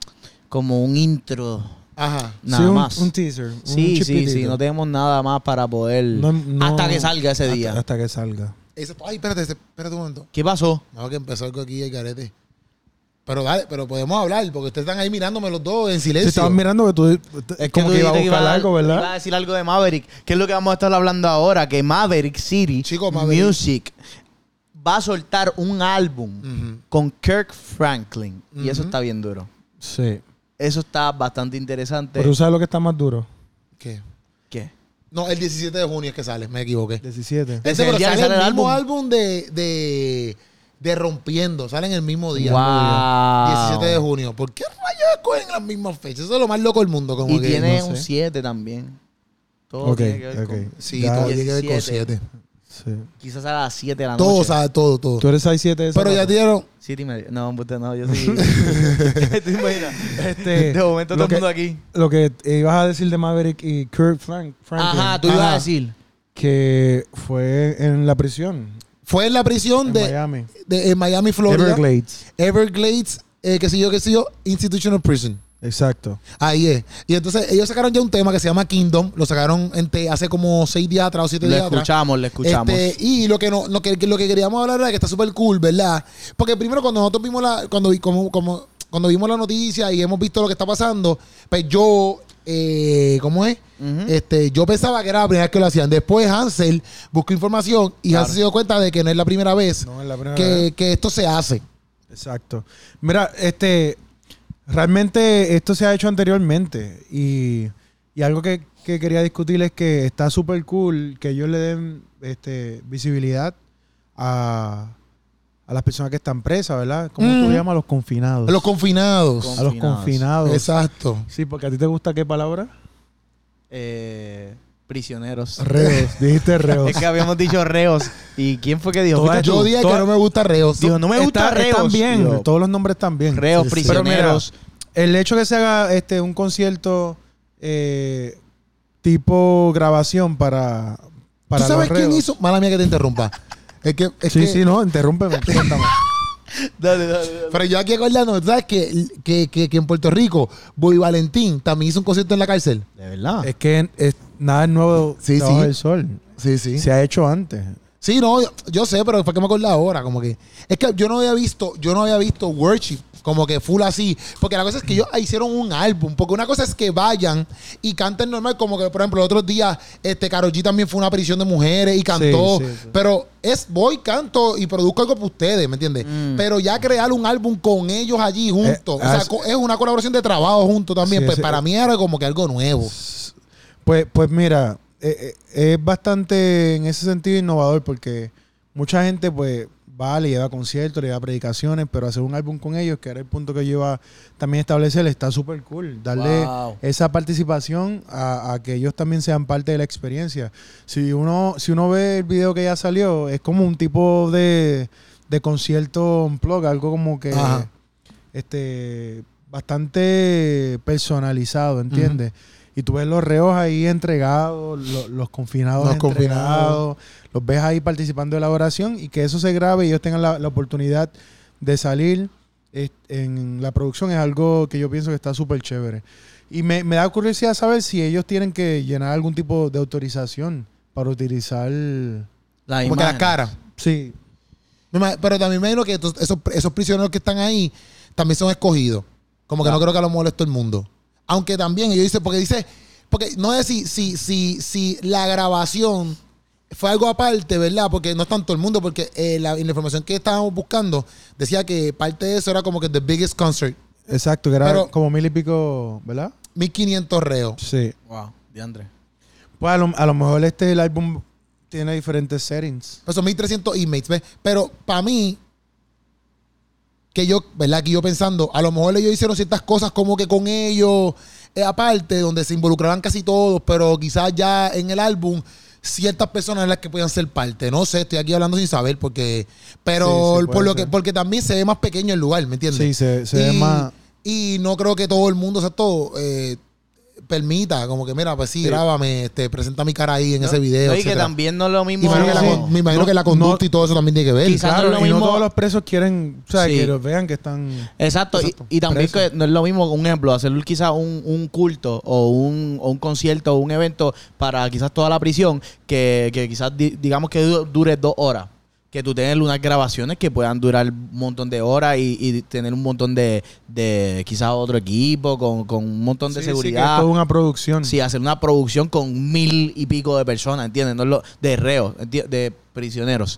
S3: como un intro.
S2: Ajá.
S3: Nada
S1: Sí, un-
S3: más.
S1: Un teaser. un
S3: Sí, sí,
S1: chispitito.
S3: sí, no tenemos nada más para poder.
S1: No, no-
S3: hasta que salga ese
S1: hasta-
S3: día.
S1: Hasta, que salga.
S2: Ese- ay, espérate, ese- espérate un momento.
S3: ¿Qué pasó?
S2: No, que empezó algo aquí el carete. Pero dale, pero podemos hablar, porque ustedes están ahí mirándome los dos en
S1: Si
S2: silencio.
S1: estabas mirando que tú. Es como
S3: tú
S1: que iba a
S3: dijiste
S1: buscar
S3: ibas
S1: algo,
S3: ibas a
S1: ¿verdad?
S3: decir algo de Maverick. ¿Qué es lo que vamos a estar hablando ahora? Que Maverick City
S2: Chico, Maverick.
S3: Music va a soltar un álbum
S2: Ujú.
S3: con Kirk Franklin. Y eso
S2: Ujú.
S3: está bien duro.
S1: Sí.
S3: Eso está bastante interesante.
S1: Pero tú sabes lo que está más duro.
S2: ¿Qué?
S3: ¿Qué?
S2: No, el 17 de junio es que sale, me equivoqué.
S1: 17.
S3: Ese es
S2: Ese, pero
S3: el día que
S2: sale,
S3: sale
S2: el
S3: el
S2: mismo
S3: álbum.
S2: álbum, de, de, de Rompiendo. Salen el mismo día.
S3: Wow.
S2: 17 de junio. ¿Por qué rayos escogen las mismas fechas? Eso es lo más loco del mundo. Como
S3: Y
S2: que,
S3: tiene
S2: no
S3: un
S2: sé.
S3: 7 también. Todo
S1: Ok,
S3: tiene que ver
S1: ok.
S3: con...
S2: Sí,
S1: Ya,
S2: todo tiene que ver con
S3: 17.
S2: 7.
S1: sí.
S3: Quizás a las 7 de la noche.
S2: Todo, sabe, todo, todo.
S1: Tú eres 6-7 de esa
S2: Pero ya
S1: cosa.
S2: dieron.
S3: Siete y media. No, usted no, yo
S2: *laughs*
S3: sí. *laughs* ¿Te imaginas?
S1: *laughs* Este,
S3: *laughs* de momento
S1: lo
S3: todo el
S1: que-
S3: mundo aquí.
S1: Lo que eh, ibas a decir de Maverick y Kirk Frank, Franklin.
S3: Ajá, tú ibas
S2: Ajá.
S3: a decir.
S1: Que fue en la prisión.
S2: Fue en la prisión
S1: En
S2: de,
S1: Miami.
S2: de- en Miami, Florida. Everglades.
S1: Everglades.
S2: eh, qué sé yo, qué sé yo, Institutional Prison.
S1: Exacto.
S2: Ahí es. Y entonces ellos sacaron ya un tema que se llama Kingdom. Lo sacaron entre- hace como seis días atrás o siete
S3: Lo
S2: días atrás.
S3: escuchamos, lo escuchamos.
S2: Este, y lo que, no, lo, que, lo que queríamos hablar era que está súper cool, ¿verdad? Porque primero cuando nosotros vimos la, cuando, vi- como, como, cuando vimos la noticia y hemos visto lo que está pasando, pues yo, eh, ¿cómo es?
S3: Ujú.
S2: este, yo pensaba que era la primera vez que lo hacían. Después Hansel buscó información y
S3: Claro.
S2: Hansel se dio cuenta de que no es la primera vez
S1: No, en la primera
S2: que,
S1: vez.
S2: que esto se hace.
S1: Exacto. Mira, este, realmente esto se ha hecho anteriormente y, y algo que, que quería discutir es que está súper cool que ellos le den este, visibilidad a, a las personas que están presas, ¿verdad? Como tú
S2: Mm.
S1: le llamas a los confinados.
S2: A los confinados.
S3: Con-
S1: A los
S3: Confinados.
S1: confinados.
S2: Exacto.
S1: Sí, porque a ti te gusta qué palabra?
S3: Eh, prisioneros.
S1: Reos. *laughs* Dijiste reos.
S3: *laughs* Es que habíamos dicho reos. ¿Y quién fue que dijo?
S1: Todas-
S3: Fuiste tú.
S2: Yo dije que
S1: toda-
S2: no me gusta Reos.
S3: Dijo, no me gusta
S1: Está-
S3: reos.
S1: Están bien,
S3: Yo,
S1: todos los nombres están bien.
S3: reos,
S2: Sí, sí.
S1: Pero mira,
S3: prisioneros.
S1: el hecho que se haga este un concierto eh, tipo grabación para, para
S2: ¿Tú sabes
S1: los
S2: quién
S1: reos.
S2: hizo? Mala mía que te interrumpa. Es que, es
S1: sí,
S2: que-
S1: sí, no, interrúmpeme. cuéntame.
S3: Dale, dale, dale.
S2: Pero yo aquí acordando, ¿sabes? Que, que, que, que en Puerto Rico, Boy Valentín también hizo un concierto en la cárcel.
S3: De
S1: *laughs*
S3: verdad.
S1: es que es- nada es nuevo
S2: Sí,
S1: debajo
S2: sí.
S1: del sol.
S2: Sí, sí.
S1: Se ha hecho antes.
S2: Sí, no, yo, yo sé, pero fue que me acordé ahora, como que. Es que yo no había visto, yo no había visto Worship, como que full así. Porque la cosa es que ellos hicieron un álbum. Porque una cosa es que vayan y canten normal, como que, por ejemplo, los otros días, este Karol G también fue a una prisión de mujeres y cantó.
S1: sí, sí.
S2: Pero es voy, canto y produzco algo para ustedes, ¿me entiendes?
S3: Mm.
S2: Pero ya crear un álbum con ellos allí juntos.
S1: Eh,
S2: o sea,
S1: as-
S2: co- es una colaboración de trabajo juntos también.
S1: Sí,
S2: pues
S1: ese-
S2: para mí era como que algo nuevo.
S1: Pues, pues mira, eh, eh, es bastante en ese sentido innovador porque mucha gente pues va, le lleva conciertos, le lleva predicaciones, pero hacer un álbum con ellos, que era el punto que yo iba también a establecer, está súper cool. Darle
S3: Wow.
S1: esa participación a, a que ellos también sean parte de la experiencia. Si uno, si uno ve el video que ya salió, es como un tipo de, de concierto en blog, algo como que
S2: Ajá.
S1: este bastante personalizado, ¿entiendes? Y tú ves los reos ahí entregados, lo- los confinados
S2: Los
S1: entregados,
S2: confinados.
S1: los ves ahí participando de la oración y que eso se grabe y ellos tengan la, la oportunidad de salir es- en la producción es algo que yo pienso que está súper chévere. Y me, me da curiosidad saber si ellos tienen que llenar algún tipo de autorización para utilizar...
S3: La
S2: Como que la
S3: imagen.
S2: cara.
S1: Sí,
S2: Me imag- Pero también me imagino que estos- esos, esos prisioneros que están ahí también son escogidos. Como que no creo que lo moleste el mundo. Aunque también ellos dicen, porque dice, porque no sé si, si, si, si la grabación fue algo aparte, ¿verdad? Porque no es tanto el mundo, porque eh, la, en la información que estábamos buscando decía que parte de eso era como que the biggest concert,
S1: exacto, que era
S2: Pero-
S1: como mil y pico, ¿verdad?
S2: 1500 reos.
S1: Sí.
S3: Wow, diantre.
S1: Pues a lo, a lo mejor este el álbum tiene diferentes settings.
S2: Pues son 1300 inmates, ¿ves? Pero para mí, que yo, ¿verdad? Que yo pensando, a lo mejor ellos hicieron ciertas cosas como que con ellos, eh, aparte, donde se involucraban casi todos, pero quizás ya en el álbum ciertas personas eran las que podían ser parte. No sé, estoy aquí hablando sin saber porque... Pero
S1: Sí, sí,
S2: por
S1: puede
S2: lo que,
S1: ser.
S2: porque también se ve más pequeño el lugar, ¿me entiendes?
S1: Sí, se, se ve
S2: y,
S1: más...
S2: y no creo que todo el mundo, o sea, todo... eh, permita, como que mira, pues sí, grábame, este, presenta mi cara ahí en ese video.
S3: No, y que
S2: etcétera.
S3: también no es lo
S2: Y
S3: mismo.
S2: me imagino,
S1: Sí,
S2: que,
S1: sí.
S2: la, con- me imagino
S1: No,
S2: que la conducta
S1: no.
S2: y todo eso también tiene que ver.
S3: Quizá-
S1: Claro,
S3: no es lo
S1: y no
S3: mismo-
S1: todos los presos quieren, o sea,
S3: Sí.
S1: que los vean que están...
S3: Exacto, y-
S1: Exacto.
S3: Y, también
S1: Preso.
S3: que no es lo mismo, un ejemplo, hacer quizás un, un culto o un, o un concierto o un evento para quizás toda la prisión que, que quizás di- digamos que du- dure dos horas. que tú tengas unas grabaciones que puedan durar un montón de horas y, y tener un montón de, de quizás otro equipo con, con un montón de
S1: Sí, sí, que es
S3: seguridad.
S1: toda una producción.
S3: Sí, hacer una producción con mil y pico de personas, ¿entiendes? No es lo- de reos, enti- de prisioneros.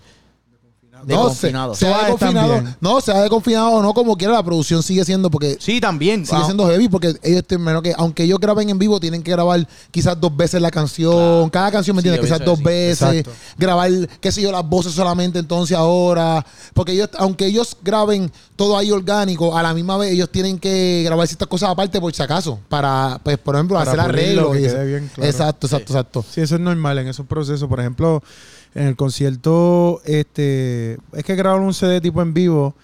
S3: De
S2: no, se-
S3: confinados.
S2: sea
S1: Suárez
S2: desconfinado-
S1: también.
S2: no, sea desconfinado o no, como quiera, la producción sigue siendo porque
S3: Sí, también.
S2: sigue
S3: Ah,
S2: siendo heavy porque ellos menos que aunque ellos graben en vivo tienen que grabar quizás dos veces la canción cada canción me
S3: Sí,
S2: entiendes
S3: yo
S2: quizás
S3: pienso
S2: dos
S3: que
S2: veces
S1: Exacto.
S2: grabar qué sé yo las voces solamente entonces ahora porque ellos aunque ellos graben todo ahí orgánico a la misma vez ellos tienen que grabar ciertas cosas aparte por si acaso para pues por ejemplo
S1: Para
S2: hacer
S1: pulirlo,
S2: arreglos
S1: que
S2: y eso.
S1: quede bien claro.
S2: exacto exacto exacto
S1: Sí, eso es normal en esos procesos. Por ejemplo, en el concierto, este, es que grabar un CD tipo en vivo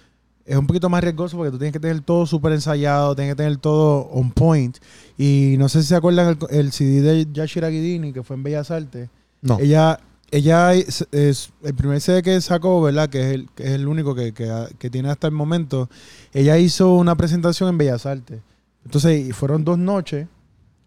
S1: es un poquito más riesgoso porque tú tienes que tener todo súper ensayado, tienes que tener todo on point. Y no sé si se acuerdan el, el CD de Yashira Guidini, que fue en Bellas Artes.
S2: no
S1: Ella, ella es, es- el primer CD que sacó, ¿verdad? Que es el, que es el único que, que, que tiene hasta el momento. Ella hizo una presentación en Bellas Artes. Entonces, y fueron dos noches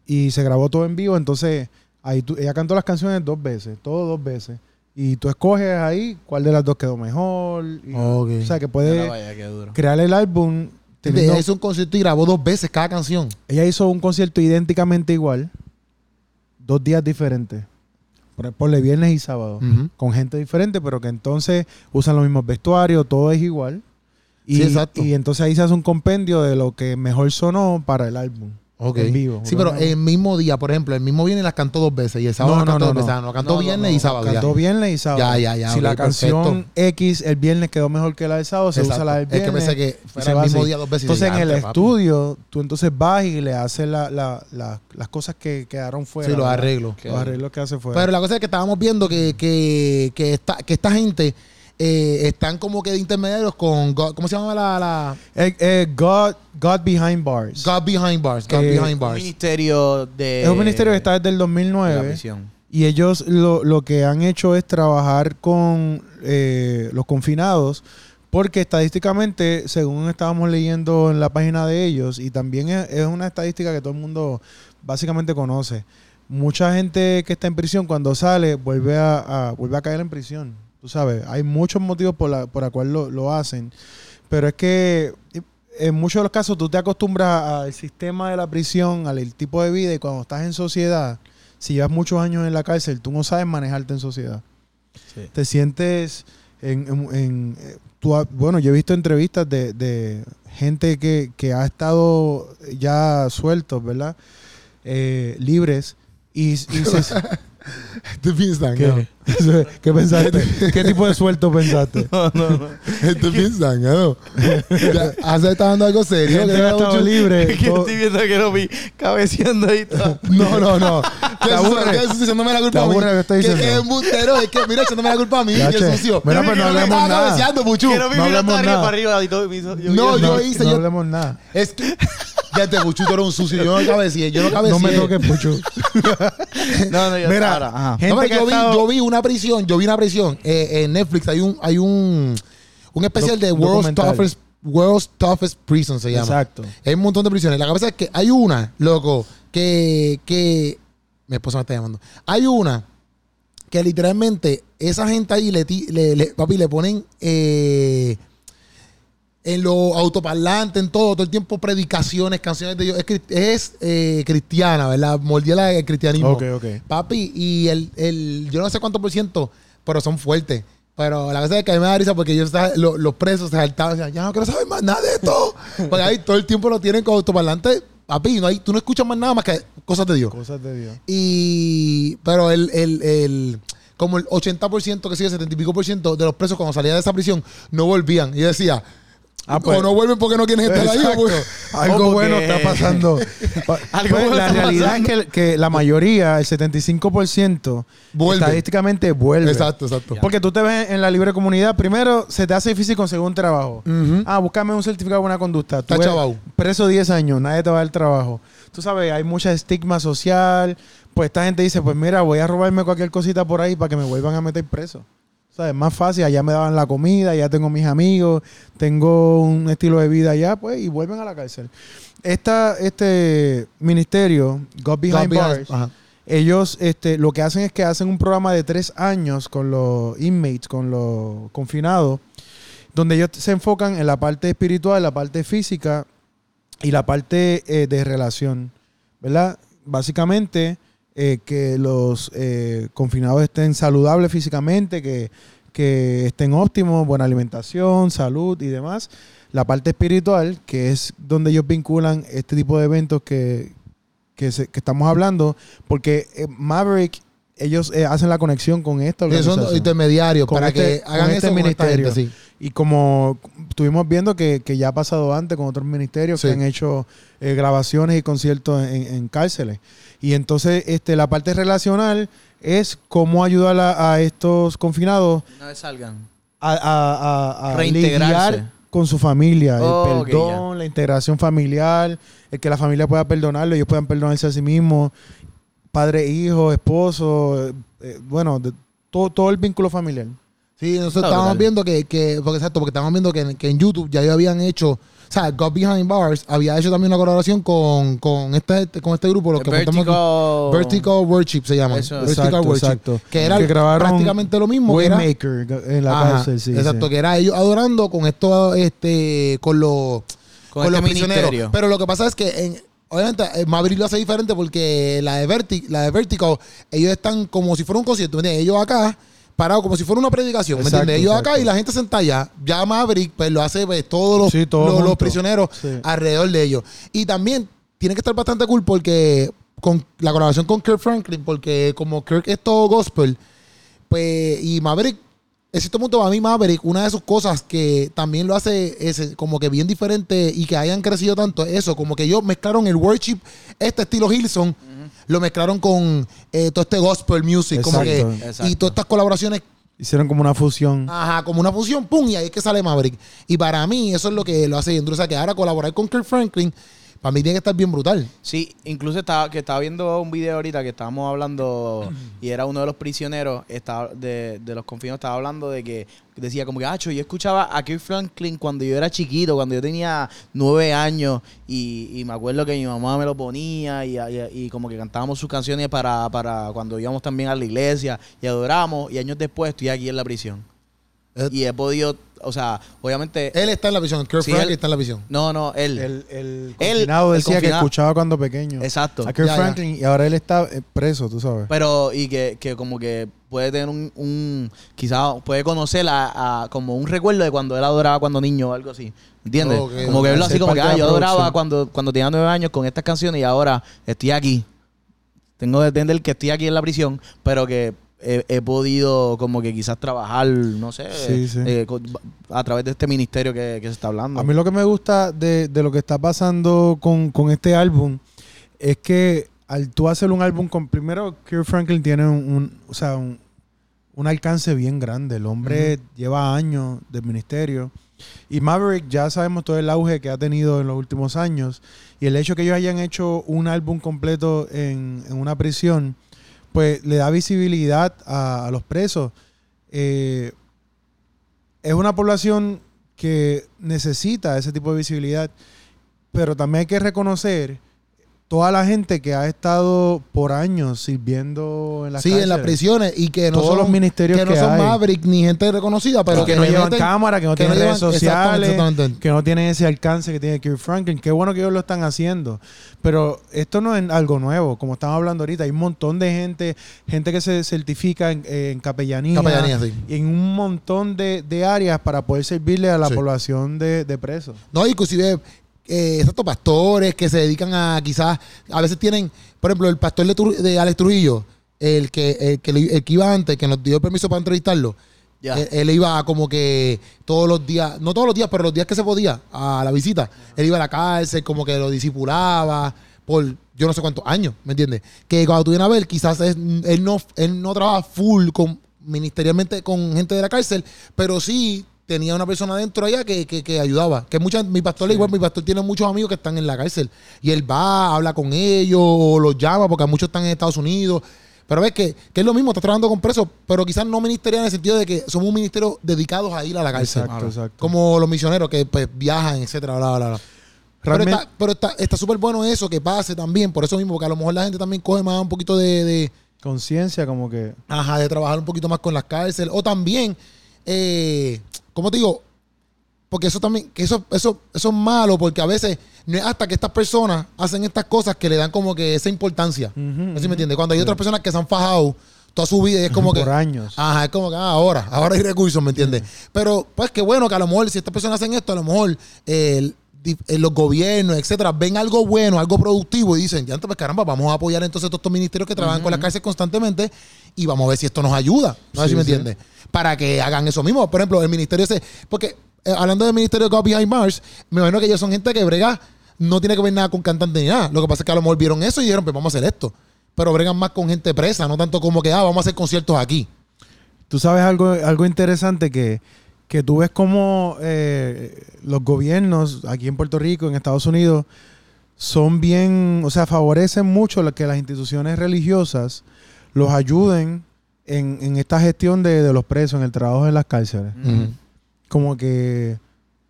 S1: y se grabó todo en vivo. Entonces, ahí tú- ella cantó las canciones dos veces, todo dos veces. Y tú escoges ahí cuál de las dos quedó mejor. y-
S2: Ok.
S1: O sea, que
S3: mira,
S1: puedes
S3: vaya, qué duro.
S1: crear el álbum. teniendo-
S2: ella hizo un concierto y grabó dos veces cada canción
S1: ella hizo un concierto idénticamente igual, dos días diferentes. Por- Ponle viernes y sábado
S2: Ujú.
S1: con gente diferente, pero que entonces usan los mismos vestuarios, todo es igual. Y,
S2: Sí, exacto.
S1: y entonces ahí se hace un compendio de lo que mejor sonó para el álbum.
S2: Ok.
S1: En vivo.
S2: Sí, pero eh,
S1: No,
S2: el mismo día, por ejemplo, el mismo viernes las cantó dos veces y el sábado
S1: No,
S2: las
S1: no,
S2: cantó
S1: no,
S2: dos veces.
S1: no.
S2: Ah, no, cantó
S1: no,
S2: viernes
S1: no,
S2: y sábado.
S1: Cantó
S2: ya.
S1: viernes y sábado.
S2: Ya, ya, ya,
S1: Si la
S2: ok,
S1: canción X el viernes quedó mejor que la del sábado, se
S2: Exacto.
S1: usa la del
S2: Es que
S1: viernes.
S2: pensé que
S1: y
S2: fuera
S1: se
S2: el
S1: va
S2: mismo
S1: así.
S2: día dos veces.
S1: Entonces
S2: Ya,
S1: en el
S2: entre, papi.
S1: estudio, tú entonces vas y le haces la- la- la- las cosas que quedaron fuera.
S2: Sí, los
S1: ¿verdad?
S2: arreglos.
S1: Los arreglos que hace fuera.
S2: Pero la cosa es que estábamos viendo que, que, que, esta, que esta gente eh, están como que de intermediarios con God, ¿cómo se llama la, la
S1: Eh, eh, God, God Behind Bars.
S2: God eh, Behind Bars? God
S1: Eh,
S2: Behind
S3: Un
S2: Bars.
S3: ministerio de.
S1: es un ministerio que está desde el
S3: de la
S1: 2009.
S3: prisión.
S1: Y ellos lo, lo que han hecho es trabajar con eh, los confinados, porque estadísticamente, según estábamos leyendo en la página de ellos, y también es, es una estadística que todo el mundo básicamente conoce, mucha gente que está en prisión cuando sale vuelve a, a- vuelve a caer en prisión. Tú sabes, hay muchos motivos por la, por la cual lo, lo hacen, pero es que eh, en muchos de los casos tú te acostumbras al sistema de la prisión, al el tipo de vida, y cuando estás en sociedad, si llevas muchos años en la cárcel, tú no sabes manejarte en sociedad.
S3: Sí.
S1: Te sientes en... en- en- eh, tú ha- bueno, yo he visto entrevistas de, de gente que, que ha estado ya sueltos, ¿verdad? Eh, libres. Y, y se-
S2: ¿Qué piensan?
S1: ¿qué, *laughs* ¿Qué pensaste? ¿Qué tipo de suelto pensaste? *laughs*
S2: ¿Qué piensan? ¿Hace está dando algo serio?
S1: Gente que ha estado libre.
S3: *laughs* Que
S1: Eh, todo-
S3: estoy viendo que lo vi cabeceando
S1: *laughs*
S3: ahí. todo.
S2: No, no, no. ¿Qué es
S1: aburre.
S2: eso? ¿Qué es eso? Echándome la culpa
S1: Te
S2: a mí.
S1: aburre que estoy
S2: ¿Qué-
S1: diciendo.
S2: qué es embustero? Es que, mira, echándome la culpa a mí.
S1: Ya, che.
S2: Qué sucio.
S1: Mira, pues, no
S2: Yo me
S1: hablemos
S2: estaba
S1: nada.
S2: cabeceando, Puchu.
S3: Quiero vivir
S1: no
S3: hasta
S1: hablemos
S3: arriba
S1: nada.
S3: para arriba y todo. y me hizo- yo-
S2: No,
S3: yo-
S1: No,
S2: yo hice,
S1: no
S2: yo-
S1: hablemos nada.
S2: Es que. Ya te Puchu, tú eres un sucio. Yo no cabecié. Yo no cabecié.
S1: No me toques mucho. *laughs*
S3: no, no, yo-
S1: Mira,
S3: ahora, ajá.
S1: gente
S2: No, pero
S1: que ha
S2: yo, vi,
S1: estado-
S2: yo vi una prisión, yo vi una prisión eh, en Netflix. Hay un, hay un, un especial
S1: Doc-
S2: de World's
S1: documental.
S2: Toughest, World's Toughest Prison se llama.
S1: Exacto.
S2: Hay un montón de prisiones. La cabeza es que hay una, loco, que, que mi esposa me está llamando. Hay una que literalmente esa gente ahí le, ti- le, le- papi, le ponen eh, en los autoparlantes, en todo, todo el tiempo predicaciones, canciones de ellos. Es, cri- es, eh, cristiana, ¿verdad? Mordida el cristianismo.
S1: Ok, ok.
S2: Papi, y el, el, yo no sé cuánto por ciento, pero son fuertes. Pero la cosa es que a mí me da risa porque yo, sa- lo- los presos se saltaban, decían, ya no quiero saber más nada de
S1: *laughs*
S2: esto. porque ahí todo el tiempo lo tienen con autoparlante. Papi, no hay, tú no escuchas más nada más que cosas de Dios.
S1: Cosas de Dios.
S2: Y, pero el, el, el, como el 80%, que sigue, 70 y pico por ciento de los presos cuando salían de esa prisión no volvían. Y yo decía,
S1: Ah, pues.
S2: o no vuelven porque no quieren estar ahí. o
S1: Exacto.
S2: pues-
S1: Algo
S3: Ojo,
S1: bueno
S3: que-
S1: está
S2: *laughs*
S1: pasando. Pa-
S3: Algo
S1: pues,
S3: bueno
S1: la
S3: está
S1: realidad
S3: pasando.
S1: es que, que la mayoría, el 75%,
S2: Vuelve.
S1: estadísticamente vuelve.
S2: Exacto, exacto.
S1: Porque tú te ves en la libre comunidad, primero se te hace difícil conseguir un trabajo.
S2: Ujú.
S1: Ah, búscame un certificado de buena conducta. Tú
S2: Está
S1: eres
S2: chavao.
S1: Preso 10 años, nadie te va a dar trabajo. Tú sabes, hay mucha estigma social. Pues esta gente dice, pues mira, voy a robarme cualquier cosita por ahí para que me vuelvan a meter preso. O sea, es más fácil, allá me daban la comida, ya tengo mis amigos, tengo un estilo de vida allá, pues, y vuelven a la cárcel. Esta, este ministerio, God Behind
S2: Behind-
S1: Bars,
S2: ajá.
S1: ellos este, lo que hacen es que hacen un programa de tres años con los inmates, con los confinados, donde ellos se enfocan en la parte espiritual, la parte física y la parte eh, de relación, ¿verdad? Básicamente, eh, que los eh, confinados estén saludables físicamente, que, que estén óptimos, buena alimentación, salud y demás. La parte espiritual, que es donde ellos vinculan este tipo de eventos que, que, se- que estamos hablando, porque eh, Maverick, ellos eh, hacen la conexión con esta
S2: Que
S1: organización.
S2: son intermediarios
S1: Con
S2: para
S1: este-
S2: que hagan
S1: con este
S2: eso con esta
S1: ministerio.
S2: gente, sí.
S1: Y como estuvimos viendo que, que ya ha pasado antes con otros ministerios
S2: Sí.
S1: que han hecho eh, grabaciones y conciertos en, en cárceles. Y entonces este, la parte relacional es cómo ayudar a, a estos confinados
S3: No salgan.
S1: a, a- a- a
S3: Reintegrarse.
S1: lidiar con su familia.
S3: Oh,
S1: el
S3: ok,
S1: perdón, la integración familiar, el que la familia pueda perdonarlo, ellos puedan perdonarse a sí mismos, padre, hijo, esposo, eh, eh, bueno, de- todo, todo el vínculo familiar.
S2: Sí, nosotros
S3: Está
S2: estábamos
S3: brutal.
S2: viendo que, que- porque exacto, porque estábamos viendo que, en- que en YouTube ya ellos habían hecho, o sea, God Behind Bars había hecho también una colaboración con, con este, este- con este grupo, los que apuntamos aquí.
S3: Vertigo.
S2: Vertical Worship se llama.
S3: Eso.
S2: Vertical
S1: Exacto,
S2: Worship.
S1: exacto.
S2: Que era
S1: Que grabaron
S2: prácticamente lo mismo. que era-
S1: Waymaker en la
S2: Ajá,
S1: cárcel, sí.
S2: Exacto,
S1: sí.
S2: que era ellos adorando con esto, este, con los,
S3: Con
S2: con
S3: este
S2: los prisioneros.
S3: ministerio.
S2: Pero lo que pasa es que, en- obviamente, eh, Maverick lo hace diferente porque la de, Verti, la de Vertical, ellos están como si fuera un concierto, ¿me entiendes? Ellos acá, parados como si fuera una predicación, ¿me
S1: Exacto,
S2: entiendes? Ellos acá
S1: exacto.
S2: y la gente sentada allá. Ya Maverick, pues lo hace pues, todos los,
S1: Sí, todo
S2: los- los
S1: junto.
S2: prisioneros
S1: Sí.
S2: alrededor de ellos. Y también tiene que estar bastante cool porque con la colaboración con Kirk Franklin, porque como Kirk es todo gospel, pues, y Maverick, en cierto punto para mí Maverick, una de sus cosas que también lo hace es como que bien diferente y que hayan crecido tanto, es eso, como que ellos mezclaron el worship, este estilo Hilson, lo mezclaron con eh, todo este gospel music, como que,
S1: Exacto.
S2: y
S3: Exacto.
S2: todas estas colaboraciones
S1: Hicieron como una fusión.
S2: Ajá, como una fusión, pum, y ahí es que sale Maverick. Y para mí, eso es lo que lo hace bien duro. O sea, que ahora colaborar con Kirk Franklin, para mí tiene que estar bien brutal.
S3: Sí, incluso estaba, que estaba viendo un video ahorita que estábamos hablando y era uno de los prisioneros estaba, de, de los confinados, estaba hablando de que decía como que, acho, yo escuchaba a Kirk Franklin cuando yo era chiquito, cuando yo tenía nueve años y, y me acuerdo que mi mamá me lo ponía y, y- y como que cantábamos sus canciones para, para cuando íbamos también a la iglesia y adorábamos y años después estoy aquí en la prisión.
S2: Eh,
S3: Y he podido, o sea, obviamente...
S2: Él está en la visión, Kirk
S3: Sí,
S2: Franklin
S3: él-
S2: está en la visión.
S3: no, no, él.
S1: El, el
S3: Él-
S1: confinado
S3: el
S1: decía
S3: confinado.
S1: que escuchaba cuando pequeño.
S3: Exacto. Pues,
S1: A Kirk
S2: Ya, ya.
S1: Franklin y ahora él está eh, preso, tú sabes.
S3: Pero, y que, que como que puede tener un, un quizás puede conocer a, a- como un recuerdo de cuando él adoraba cuando niño o algo así. ¿Entiendes?
S2: Ok,
S3: como
S2: ok.
S3: que verlo así
S1: Ser
S3: como que,
S1: parte
S3: ah,
S1: de la
S3: yo adoraba
S1: producción.
S3: cuando, cuando tenía nueve años con estas canciones y ahora estoy aquí. Tengo que entender que estoy aquí en la prisión, pero que he, he podido como que quizás trabajar, no sé,
S1: Sí, sí.
S3: eh, con- a través de este ministerio que, que se está hablando.
S1: A mí lo que me gusta de, de lo que está pasando con, con este álbum es que al tú hacer un álbum con. Primero, Kirk Franklin tiene un, un- o sea, un, un alcance bien grande. El hombre lleva años del ministerio. Y Maverick ya sabemos todo el auge que ha tenido en los últimos años. Y el hecho que ellos hayan hecho un álbum completo en, en una prisión, pues le da visibilidad a, a los presos. Eh, es una población que necesita ese tipo de visibilidad, pero también hay que reconocer toda la gente que ha estado por años sirviendo en las
S2: sí, en las
S1: cárceles.
S2: prisiones. Y que no
S1: Todos
S2: son,
S1: los ministerios
S2: no
S1: que
S2: son
S1: hay.
S2: Maverick ni gente reconocida, pero
S1: Y que no
S2: le
S1: llevan
S2: meten-
S1: cámara, que no
S2: que
S1: tienen
S2: no
S1: redes
S2: llevan-
S1: sociales,
S2: exactamente, exactamente.
S1: que no tienen ese alcance que tiene Kirk Franklin. Qué bueno que ellos lo están haciendo. Pero esto no es algo nuevo, como estamos hablando ahorita. Hay un montón de gente, gente que se certifica en, eh, en capellanía,
S2: Capellanía, sí.
S1: en un montón de, de áreas para poder servirle a la
S2: Sí.
S1: población de, de presos.
S2: No, inclusive, eh, exacto, pastores que se dedican a quizás, a veces tienen, por ejemplo, el pastor de, Tru- de Alex Trujillo, el que, el, que, le- el que iba antes, que nos dio el permiso para entrevistarlo.
S3: Ya.
S2: Él, él iba como que todos los días, no todos los días, pero los días que se podía a la visita. Él iba a la cárcel, como que lo disipulaba por yo no sé cuántos años, ¿me entiendes? Que cuando tú vienes a ver, quizás es- él, no, él no trabaja full con, ministerialmente con gente de la cárcel, pero sí tenía una persona dentro allá que, que- que ayudaba. Que mucha, mi pastor, igual, mi pastor tiene muchos amigos que están en la cárcel. Y él va, habla con ellos, o los llama, porque muchos están en Estados Unidos. Pero ves que, que es lo mismo, estás trabajando con presos, pero quizás no ministerial en el sentido de que somos un ministerio dedicados a ir a la cárcel.
S1: Exacto, exacto.
S2: Como los misioneros que pues, viajan, etcétera, bla, bla, bla. Pero
S1: Realmente-
S2: está- Pero está está súper bueno eso que pase también, por eso mismo, porque a lo mejor la gente también coge más un poquito de- de,
S1: Conciencia, como que.
S2: Ajá, de trabajar un poquito más con las cárceles. O también, eh, ¿cómo te digo? Porque eso también, que eso, eso, eso es malo, porque a veces no es hasta que estas personas hacen estas cosas que le dan como que esa importancia. ¿No sé si me entiendes? Cuando hay otras personas que se han fajado toda su vida y es como que.
S1: Por años. Mm.
S2: Ajá, es como que ah, ahora, ahora hay recursos, ¿me entiendes? Pero pues que bueno, que a lo mejor si estas personas hacen esto, a lo mejor eh, el- di- eh, los gobiernos, etcétera, ven algo bueno, algo productivo y dicen, ya pues caramba, vamos a apoyar entonces todos estos ministerios que trabajan con las cárceles constantemente y vamos a ver si esto nos ayuda, no sé
S1: Sí,
S2: si me
S1: sí.
S2: entiendes, para que hagan eso mismo. Por ejemplo, el ministerio ese, porque eh, hablando del ministerio de God Behind Mars, me imagino que ellos son gente que brega, no tiene que ver nada con cantantes ni nada. Lo que pasa es que a lo mejor vieron eso y dijeron, pues vamos a hacer esto. Pero bregan más con gente presa, no tanto como que, ah, vamos a hacer conciertos aquí.
S1: Tú sabes algo, algo interesante que, que tú ves como eh, los gobiernos aquí en Puerto Rico, en Estados Unidos, son bien, o sea, favorecen mucho la- que las instituciones religiosas los ayuden en, en esta gestión de, de los presos, en el trabajo en las cárceles.
S2: Mm.
S1: Como que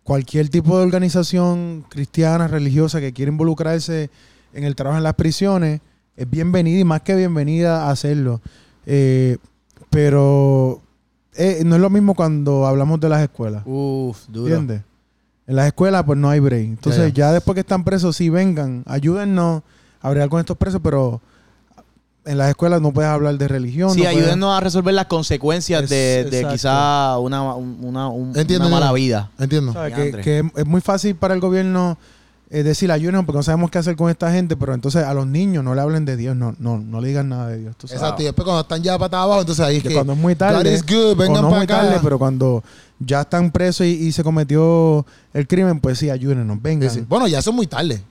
S1: cualquier tipo de organización cristiana, religiosa que quiera involucrarse en el trabajo en las prisiones, es bienvenida y más que bienvenida a hacerlo. Eh, pero eh, no es lo mismo cuando hablamos de las escuelas.
S3: Uf, Uh, duro.
S1: ¿Entiendes? En las escuelas, pues no hay break. Entonces, ya, después que están presos, sí, vengan, ayúdennos a bregar con estos presos, pero en las escuelas no puedes hablar de religión.
S3: Sí,
S1: no puedes-
S3: ayúdennos a resolver las consecuencias
S1: Es-
S3: de, de
S1: exacto.
S3: quizá una, un- una, un-
S2: Entiendo,
S3: una mala
S2: entiendo.
S3: vida.
S2: Entiendo.
S1: ¿sabes?
S3: Ya,
S1: Que,
S3: Andrés.
S1: que es- es muy fácil para el gobierno eh, decir ayúdenos porque no sabemos qué hacer con esta gente, pero entonces a los niños no le hablen de Dios, no, no, no le digan nada de Dios. tú sabes.
S2: Exacto. Y después cuando están ya patada abajo, entonces ahí es
S1: que
S2: que.
S1: cuando es muy tarde,
S2: God is good, vengan
S1: o no
S2: para
S1: muy
S2: acá.
S1: tarde, pero cuando ya están presos y, y se cometió el crimen, pues sí, ayúdenos, vengan.
S2: Sí, sí. Bueno, ya son muy tarde.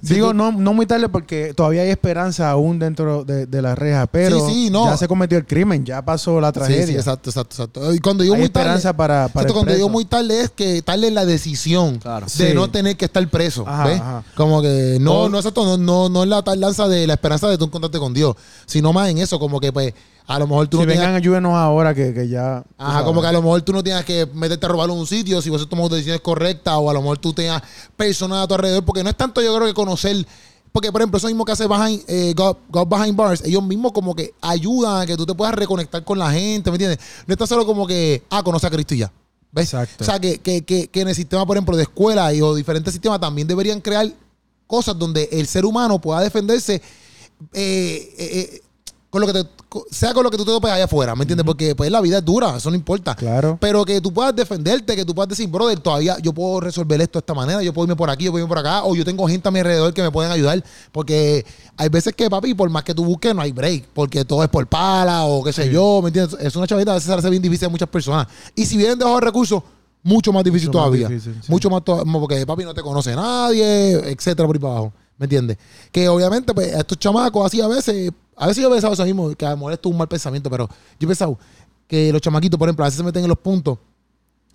S1: Digo, no, no muy tarde porque todavía hay esperanza aún dentro de, de la reja, pero
S2: Sí, sí, no.
S1: ya se cometió el crimen, ya pasó la
S2: Sí,
S1: tragedia.
S2: sí, exacto, exacto, exacto. Y cuando digo
S1: Hay
S2: muy tarde.
S1: esperanza para, para
S2: exacto,
S1: el
S2: cuando
S1: preso.
S2: digo muy tarde es que tarde en la decisión
S3: Claro.
S2: de
S1: Sí.
S2: no tener que estar preso.
S1: Ajá,
S2: ¿ves?
S1: ajá.
S2: Como que no,
S1: O-
S2: no, exacto, no, no, no es la tardanza de la esperanza de tú encontrarte con Dios, sino más en eso, como que pues a lo mejor tú
S1: Si
S2: no tengas
S1: vengan, ayúdenos ahora que, que ya... tú
S2: Ajá,
S1: sabes.
S2: como que a lo mejor tú no tengas que meterte a robar un sitio si vos tomas decisiones correctas o a lo mejor tú tengas personas a tu alrededor, porque no es tanto yo creo que conocer, porque por ejemplo, eso mismo que hace Behind, eh, God, God Behind Bars, ellos mismos como que ayudan a que tú te puedas reconectar con la gente, ¿me entiendes? No está solo como que, ah, conoce a Cristo y ya. ¿Ves?
S1: Exacto.
S2: O sea, que, que, que, que en el sistema, por ejemplo, de escuela y, o diferentes sistemas también deberían crear cosas donde el ser humano pueda defenderse eh, eh, eh, con lo que te- co- sea con lo que tú te topes allá afuera, ¿me entiendes? Porque pues la vida es dura, eso no importa.
S1: Claro.
S2: Pero que tú puedas defenderte, que tú puedas decir, brother, todavía yo puedo resolver esto de esta manera, yo puedo irme por aquí, yo puedo irme por acá, o yo tengo gente a mi alrededor que me pueden ayudar. Porque hay veces que, papi, por más que tú busques, no hay break, porque todo es por pala o qué sé yo, ¿me entiendes? Es una chavita, a veces se hace bien difícil a muchas personas. Y si vienen de bajos recursos, mucho más difícil
S1: Mucho más
S2: todavía.
S1: difícil, sí.
S2: Mucho más to- porque papi no te conoce nadie, etcétera, por ahí para abajo. ¿Me entiendes? Que obviamente, pues, a estos chamacos así a veces, a veces yo he pensado eso mismo, que a lo mejor esto es un mal pensamiento, pero yo he pensado que los chamaquitos, por ejemplo, a veces se meten en los puntos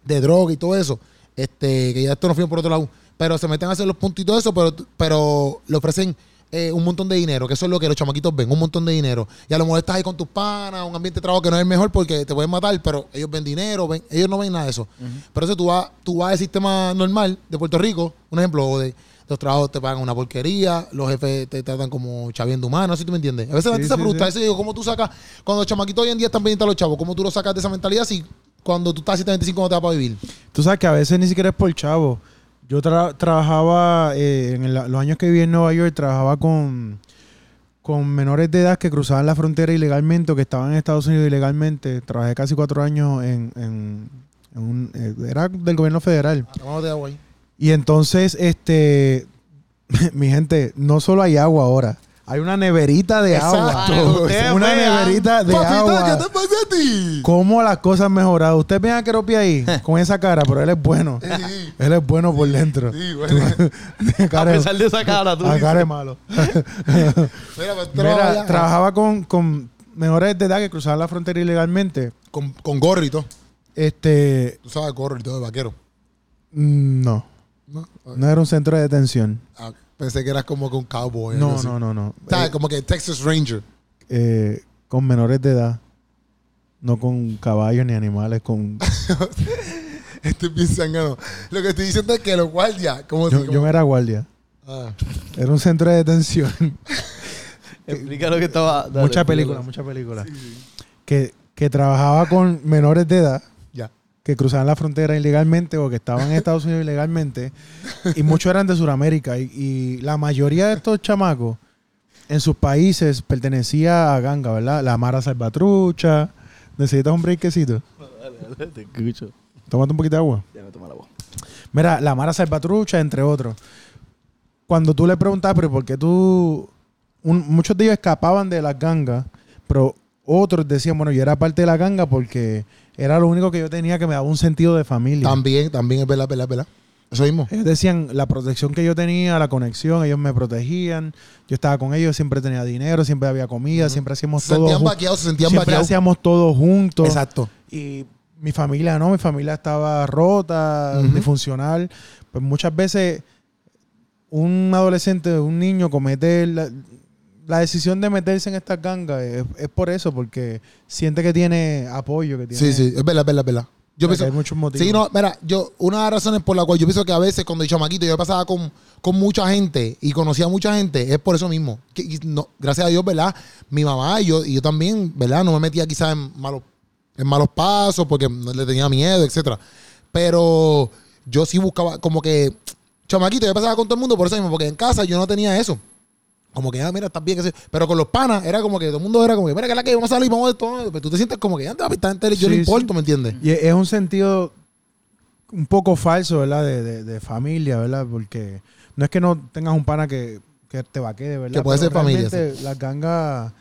S2: de droga y todo eso, este, que ya esto nos fuimos por otro lado, pero se meten a hacer los puntos y todo eso, pero, pero le ofrecen eh, un montón de dinero, que eso es lo que los chamaquitos ven, un montón de dinero. Y a lo mejor estás ahí con tus panas, un ambiente de trabajo que no es el mejor porque te pueden matar, pero ellos ven dinero, ven, ellos no ven nada de eso. Pero eso tú vas, tú vas al sistema normal de Puerto Rico, un ejemplo, o de los trabajos te pagan una porquería, los jefes te tratan como chaviendo humano, si tú me entiendes. A veces la
S1: Sí,
S2: gente se
S1: sí,
S2: frustra,
S1: sí.
S2: a veces digo, ¿cómo tú sacas? Cuando los chamaquitos hoy en día están pendientes a los chavos, ¿cómo tú los sacas de esa mentalidad si cuando tú estás a 725 no te va para vivir?
S1: Tú sabes que a veces ni siquiera es por chavo. Yo tra- trabajaba, eh, en la- los años que viví en Nueva York, trabajaba con, con menores de edad que cruzaban la frontera ilegalmente o que estaban en Estados Unidos ilegalmente. Trabajé casi cuatro años en, en- en un... eh, era del gobierno federal.
S2: Vamos de agua ahí.
S1: Y entonces, este, *laughs* mi gente, no solo hay agua ahora. Hay una neverita de
S2: Exacto.
S1: agua.
S3: ustedes
S1: *laughs* Una
S3: vean.
S1: neverita de agua.
S2: ¿qué te pasa a ti?
S1: ¿Cómo las cosas han mejorado? Usted ve a Keropi ahí con esa cara, pero él es bueno.
S2: Eh,
S1: Él es bueno por dentro. *laughs*
S2: Sí, *laughs* bueno.
S3: A
S1: cara,
S3: pesar de esa cara, tú.
S1: a
S3: dices.
S1: cara es *laughs* malo.
S2: Mira, pues, trabaja
S1: Mira,
S2: allá.
S1: trabajaba con, con menores de edad que cruzaban la frontera ilegalmente.
S2: con, con gorro y todo.
S1: Este,
S2: Tú sabes, gorro y todo de vaquero.
S1: mm, no,
S2: ¿No?
S1: no era un centro de detención.
S2: Ah, pensé que eras como que un cowboy. algo
S1: No,
S2: así.
S1: no, no, no.
S2: ¿Sabes?
S1: Eh,
S2: Como que Texas Ranger. *laughs*
S1: eh, con *laughs* menores de edad, no con caballos ni animales, con
S2: Este es bien sangano. Lo que estoy diciendo es que los guardias, como
S1: Yo, yo era guardia.
S2: Ah.
S1: Era un centro de *laughs* detención.
S3: Explica lo que estaba. dale,
S1: mucha
S3: explícalo.
S1: película, mucha película. Que, que trabajaba con menores de edad
S2: Ya.
S1: que cruzaban la frontera ilegalmente o que estaban en Estados Unidos ilegalmente. Y muchos eran de Sudamérica. Y, y la mayoría de estos chamacos en sus países pertenecía a ganga, ¿verdad? La Mara Salvatrucha. ¿Necesitas un breakcito?
S3: Te escucho.
S1: Tómate un poquito de agua.
S3: Ya me toma la voz.
S1: Mira, la Mara Salvatrucha, entre otros. Cuando tú le preguntabas, pero ¿por qué tú...? un- muchos de ellos escapaban de las gangas, pero otros decían, bueno, yo era parte de la ganga porque era lo único que yo tenía que me daba un sentido de familia.
S2: También, también es verdad, verdad, verdad. Eso mismo.
S1: Ellos decían la protección que yo tenía, la conexión, ellos me protegían. Yo estaba con ellos, siempre tenía dinero, siempre había comida, siempre hacíamos
S2: Se
S1: todo.
S2: sentían
S1: jun-
S2: vaqueados, se sentían
S1: siempre
S2: vaqueados.
S1: hacíamos todo juntos.
S2: Exacto.
S1: Y mi familia no, mi familia estaba rota,
S2: Ujú.
S1: disfuncional. Pues muchas veces un adolescente, un niño comete la, la decisión de meterse en estas gangas es, es por eso, porque siente que tiene apoyo, que tiene.
S2: Sí, sí, es verdad, es verdad, es verdad.
S1: O sea, que
S2: Yo pienso,
S1: hay muchos motivos.
S2: Sí, no, mira, yo, una de las razones por la cual yo pienso que a veces cuando yo chamaquito yo pasaba con, con mucha gente y conocía a mucha gente, es por eso mismo. Que, y no, gracias a Dios, ¿verdad? Mi mamá y yo, y yo también, ¿verdad? No me metía quizás en malos, en malos pasos porque no le tenía miedo, etcétera. Pero yo sí buscaba, como que, chamaquito, yo pasaba con todo el mundo por eso mismo, porque en casa yo no tenía eso. Como que, ah, mira, estás bien, qué sé yo. Pero con los panas era como que todo el mundo era como que, mira, que es la que vamos a salir, vamos a esto. Pero tú te sientes como que, antes la pista yo
S1: Sí,
S2: le
S1: sí.
S2: importo, ¿me entiendes?
S1: Y es un sentido un poco falso, ¿verdad? De, de- de familia, ¿verdad? Porque no es que no tengas un pana que, que te vaquee, ¿verdad?
S2: Que puede
S1: Pero
S2: ser familia,
S1: realmente Las gangas,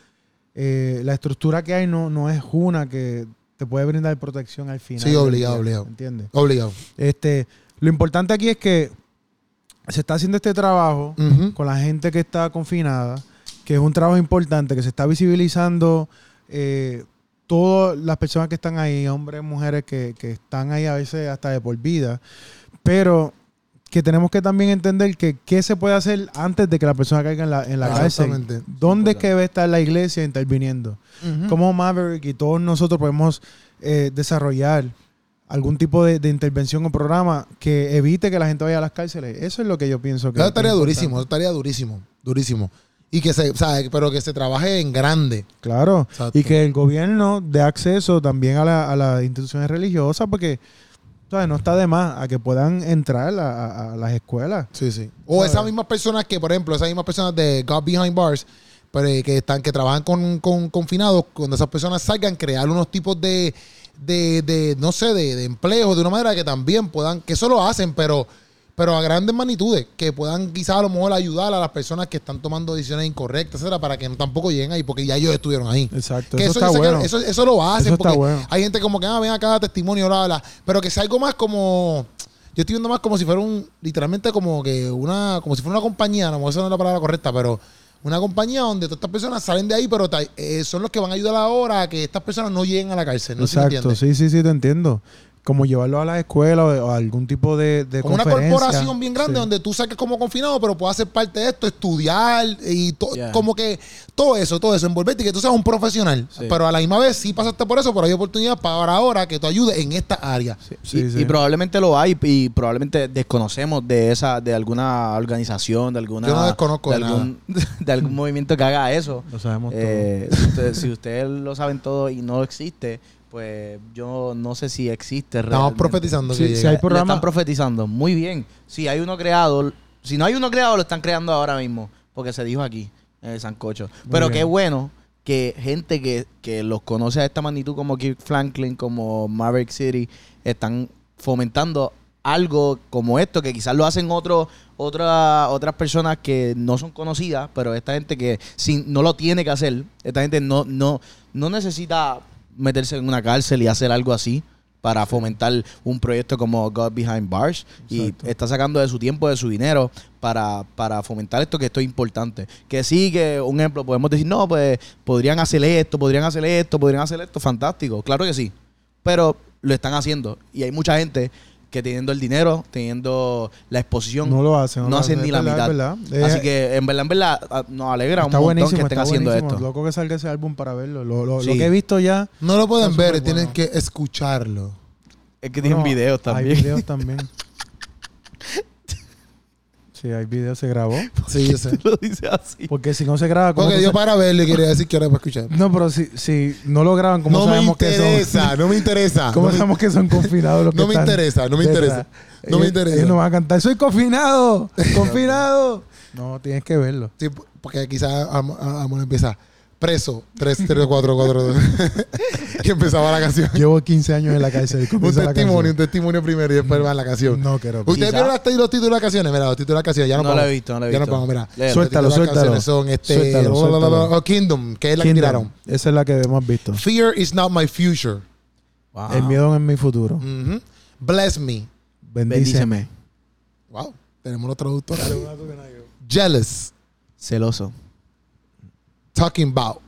S1: eh, la estructura que hay no, no es una que te puede brindar protección al final.
S2: Sí, obligado,
S1: del día,
S2: obligado.
S1: ¿Entiendes?
S2: Obligado.
S1: Este, lo importante aquí es que se está haciendo este trabajo
S2: Ujú.
S1: con la gente que está confinada, que es un trabajo importante, que se está visibilizando eh, todas las personas que están ahí, hombres, mujeres, que, que están ahí a veces hasta de por vida, pero que tenemos que también entender que qué se puede hacer antes de que la persona caiga en la, en la cárcel.
S2: Exactamente.
S1: ¿Dónde es que debe estar la iglesia interviniendo? ¿Cómo Maverick y todos nosotros podemos eh, desarrollar algún tipo de, de intervención o programa que evite que la gente vaya a las cárceles? Eso es lo que yo pienso que.
S2: Eso estaría
S1: que es
S2: durísimo, eso
S1: importante.
S2: estaría durísimo, durísimo. Y que se, o sea, pero que se trabaje en grande.
S1: Claro.
S2: Exacto.
S1: Y que el gobierno dé acceso también a, la- a las instituciones religiosas, porque ¿sabes? no está de más a que puedan entrar a, a- a las escuelas.
S2: Sí, sí. O esas mismas personas que, por ejemplo, esas mismas personas de God Behind Bars, pero eh, que están, que trabajan con, con confinados, cuando esas personas salgan, crear unos tipos de, de, de, no sé, de, de empleo, de una manera que también puedan, que eso lo hacen, pero, pero a grandes magnitudes, que puedan quizás a lo mejor ayudar a las personas que están tomando decisiones incorrectas, etcétera, para que no, tampoco lleguen ahí, porque ya ellos estuvieron ahí.
S1: Exacto.
S2: Que
S1: eso,
S2: eso,
S1: está
S2: yo sé que
S1: bueno.
S2: eso- eso lo hacen
S1: Eso está
S2: porque
S1: bueno.
S2: hay gente como que, ah, ven acá, testimonio, bla, bla, bla. Pero que sea algo más como. Yo estoy viendo más como si fuera un. Literalmente como que una. Como si fuera una compañía, a lo mejor esa no es la palabra correcta, pero. Una compañía donde todas estas personas salen de ahí, pero ta- eh, son los que van a ayudar ahora a que estas personas no lleguen a la cárcel. No sé si me
S1: Exacto.
S2: entiendes.
S1: Sí, sí, sí, te entiendo. Como llevarlo a las escuelas o, o a algún tipo de, de
S2: Como una
S1: conferencia.
S2: corporación bien grande
S1: Sí.
S2: donde tú saques como confinado, pero puedas ser parte de esto, estudiar y to-
S3: Yeah.
S2: como que todo eso, todo eso, envolverte y que tú seas un profesional.
S3: Sí.
S2: Pero a la misma vez sí pasaste por eso, pero hay oportunidad para ahora que tú ayudes en esta área.
S1: Sí,
S3: y,
S1: sí.
S3: y probablemente lo hay y probablemente desconocemos de esa de alguna organización de alguna
S2: Yo no desconozco
S3: de
S2: de
S3: algún, *laughs* de algún movimiento que haga eso
S1: Lo sabemos
S3: Eh, si usted- si ustedes lo saben todo y no existe pues yo no sé si existe
S2: Estamos
S3: realmente.
S2: profetizando
S1: Sí,
S2: que
S1: sí
S2: llegue.
S1: hay
S3: Le
S1: programa-
S3: están profetizando muy bien si hay uno creado si no hay uno creado lo están creando ahora mismo porque se dijo aquí en el sancocho pero
S1: bien.
S3: qué bueno que gente que, que los conoce a esta magnitud como Kirk Franklin como Maverick City están fomentando algo como esto que quizás lo hacen otros otra, otras personas que no son conocidas pero esta gente que sin, no lo tiene que hacer esta gente no no no necesita meterse en una cárcel y hacer algo así para fomentar un proyecto como God Behind Bars y está sacando de su tiempo, de su dinero para, para fomentar esto que esto es importante. Que sí, que un ejemplo, podemos decir, no, pues podrían hacer esto, podrían hacer esto, podrían hacer esto, fantástico, claro que sí, pero lo están haciendo y hay mucha gente que teniendo el dinero, teniendo la exposición,
S1: No lo hacen.
S3: no
S1: lo
S3: hacen ni la
S1: Es verdad,
S3: mitad.
S1: es verdad.
S3: Así
S1: Eh,
S3: que en verdad, en verdad, ah, nos alegra un
S1: está
S3: montón que
S1: buenísimo,
S3: estén
S1: está
S3: haciendo
S1: buenísimo.
S3: esto.
S1: Loco que salga ese álbum para verlo. Lo, lo- lo
S3: Sí.
S1: que he visto ya.
S2: No lo pueden
S1: Está
S2: ver,
S1: súper
S2: tienen
S1: bueno. *laughs*
S2: que escucharlo.
S3: Es que tienen
S1: Bueno,
S3: videos también.
S1: Hay videos también. sí, hay videos, se
S3: *laughs*
S1: grabó.
S2: Sí, yo sé.
S3: *laughs* Lo dice así.
S1: Porque si no se graba, ¿cómo
S2: Porque
S1: tú
S2: yo
S1: sa-
S2: para verlo y quería decir que ahora para escuchar.
S1: No, pero si, si no lo graban, *laughs* ¿cómo
S2: No me
S1: sabemos que son?
S2: interesa, no me interesa.
S1: *laughs* ¿Cómo
S2: No me-
S1: sabemos que son confinados los que
S2: No me
S1: están
S2: interesa, no me
S1: detrás?
S2: interesa. No me
S1: Ellos-
S2: interesa.
S1: Ellos no van a cantar, soy
S2: *laughs*
S1: confinado, confinado. No, tienes que verlo.
S2: Sí, porque quizás Amor empieza preso 3,
S1: *laughs*
S2: 3, 4, 4, 2. *laughs* Y empezaba la canción.
S1: Llevo 15 años en la cárcel. y
S2: Un
S1: comienza la
S2: testimonio, un
S1: canción. Mm.
S2: testimonio primero y después va la canción.
S1: No quiero.
S2: ¿Ustedes
S3: Quizá.
S2: vieron las- los títulos de las canciones? Mira, los títulos de las canciones. Ya no,
S3: No la
S2: pongo.
S3: he visto, no la he
S2: Ya no
S3: visto.
S2: pongo, mira.
S3: Léelo.
S2: Los títulos de las
S1: Suéltalo,
S2: canciones son este.
S1: suéltalo.
S2: la, la, la, la,
S1: Suéltalo.
S2: o oh, Kingdom, que es la que
S1: Kingdom.
S2: tiraron.
S1: Esa es la que hemos visto.
S2: Fear is not my future.
S3: Wow.
S2: Ah.
S1: El miedo es mi futuro.
S2: Ujú. Bless me.
S1: Bendíceme.
S3: Bendíceme.
S2: Wow. Tenemos los traductores. Jealous.
S3: Celoso.
S2: Talking about.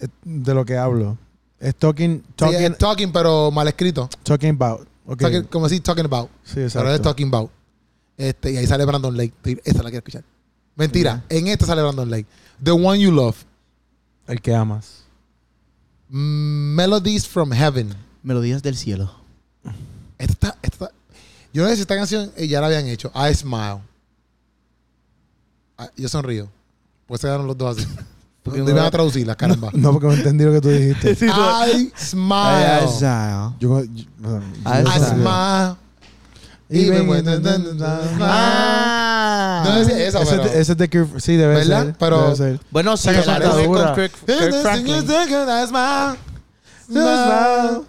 S1: Eh, De lo que hablo. Es talking,
S2: Sí,
S1: talking,
S2: es talking, pero mal escrito.
S1: talking about. Ok.
S2: Talking- como así, talking about.
S1: Sí,
S2: Pero es
S1: exacto.
S2: Talking About. Este, y ahí sale Brandon Lake. Esta la quiero escuchar. Mentira, en esta sale Brandon Lake. The One You Love.
S1: El que amas. *laughs*
S2: Mm, Melodies from Heaven.
S3: Melodías del cielo.
S2: Esta, esta. Yo no sé si esta canción eh, ya la habían hecho. I Smile. Ah, yo sonrío. Pues se quedaron los
S1: *laughs*
S2: dos así.
S3: Porque
S2: Me
S3: no-
S2: van a traducirla, caramba.
S1: No, porque no entendí lo que tú
S2: *laughs*
S1: dijiste.
S2: I Smile.
S1: Yo, yo- bueno,
S3: Ah,
S1: yo
S2: I
S1: sabía.
S2: Smile.
S1: Y ven-
S2: Even when-
S3: Ah.
S2: No sé si esa,
S1: Ese,
S2: pero-
S1: es de- ese es de Kirk. Sí, debe
S2: ¿Verdad?
S1: ser.
S2: Pero-
S1: debe ser.
S3: Bueno, sí,
S1: Esa
S3: o sea,
S1: canción
S3: también
S1: dura.
S3: con Kirk- Kirk Franklin.
S2: I smile. Smile.
S1: Smile.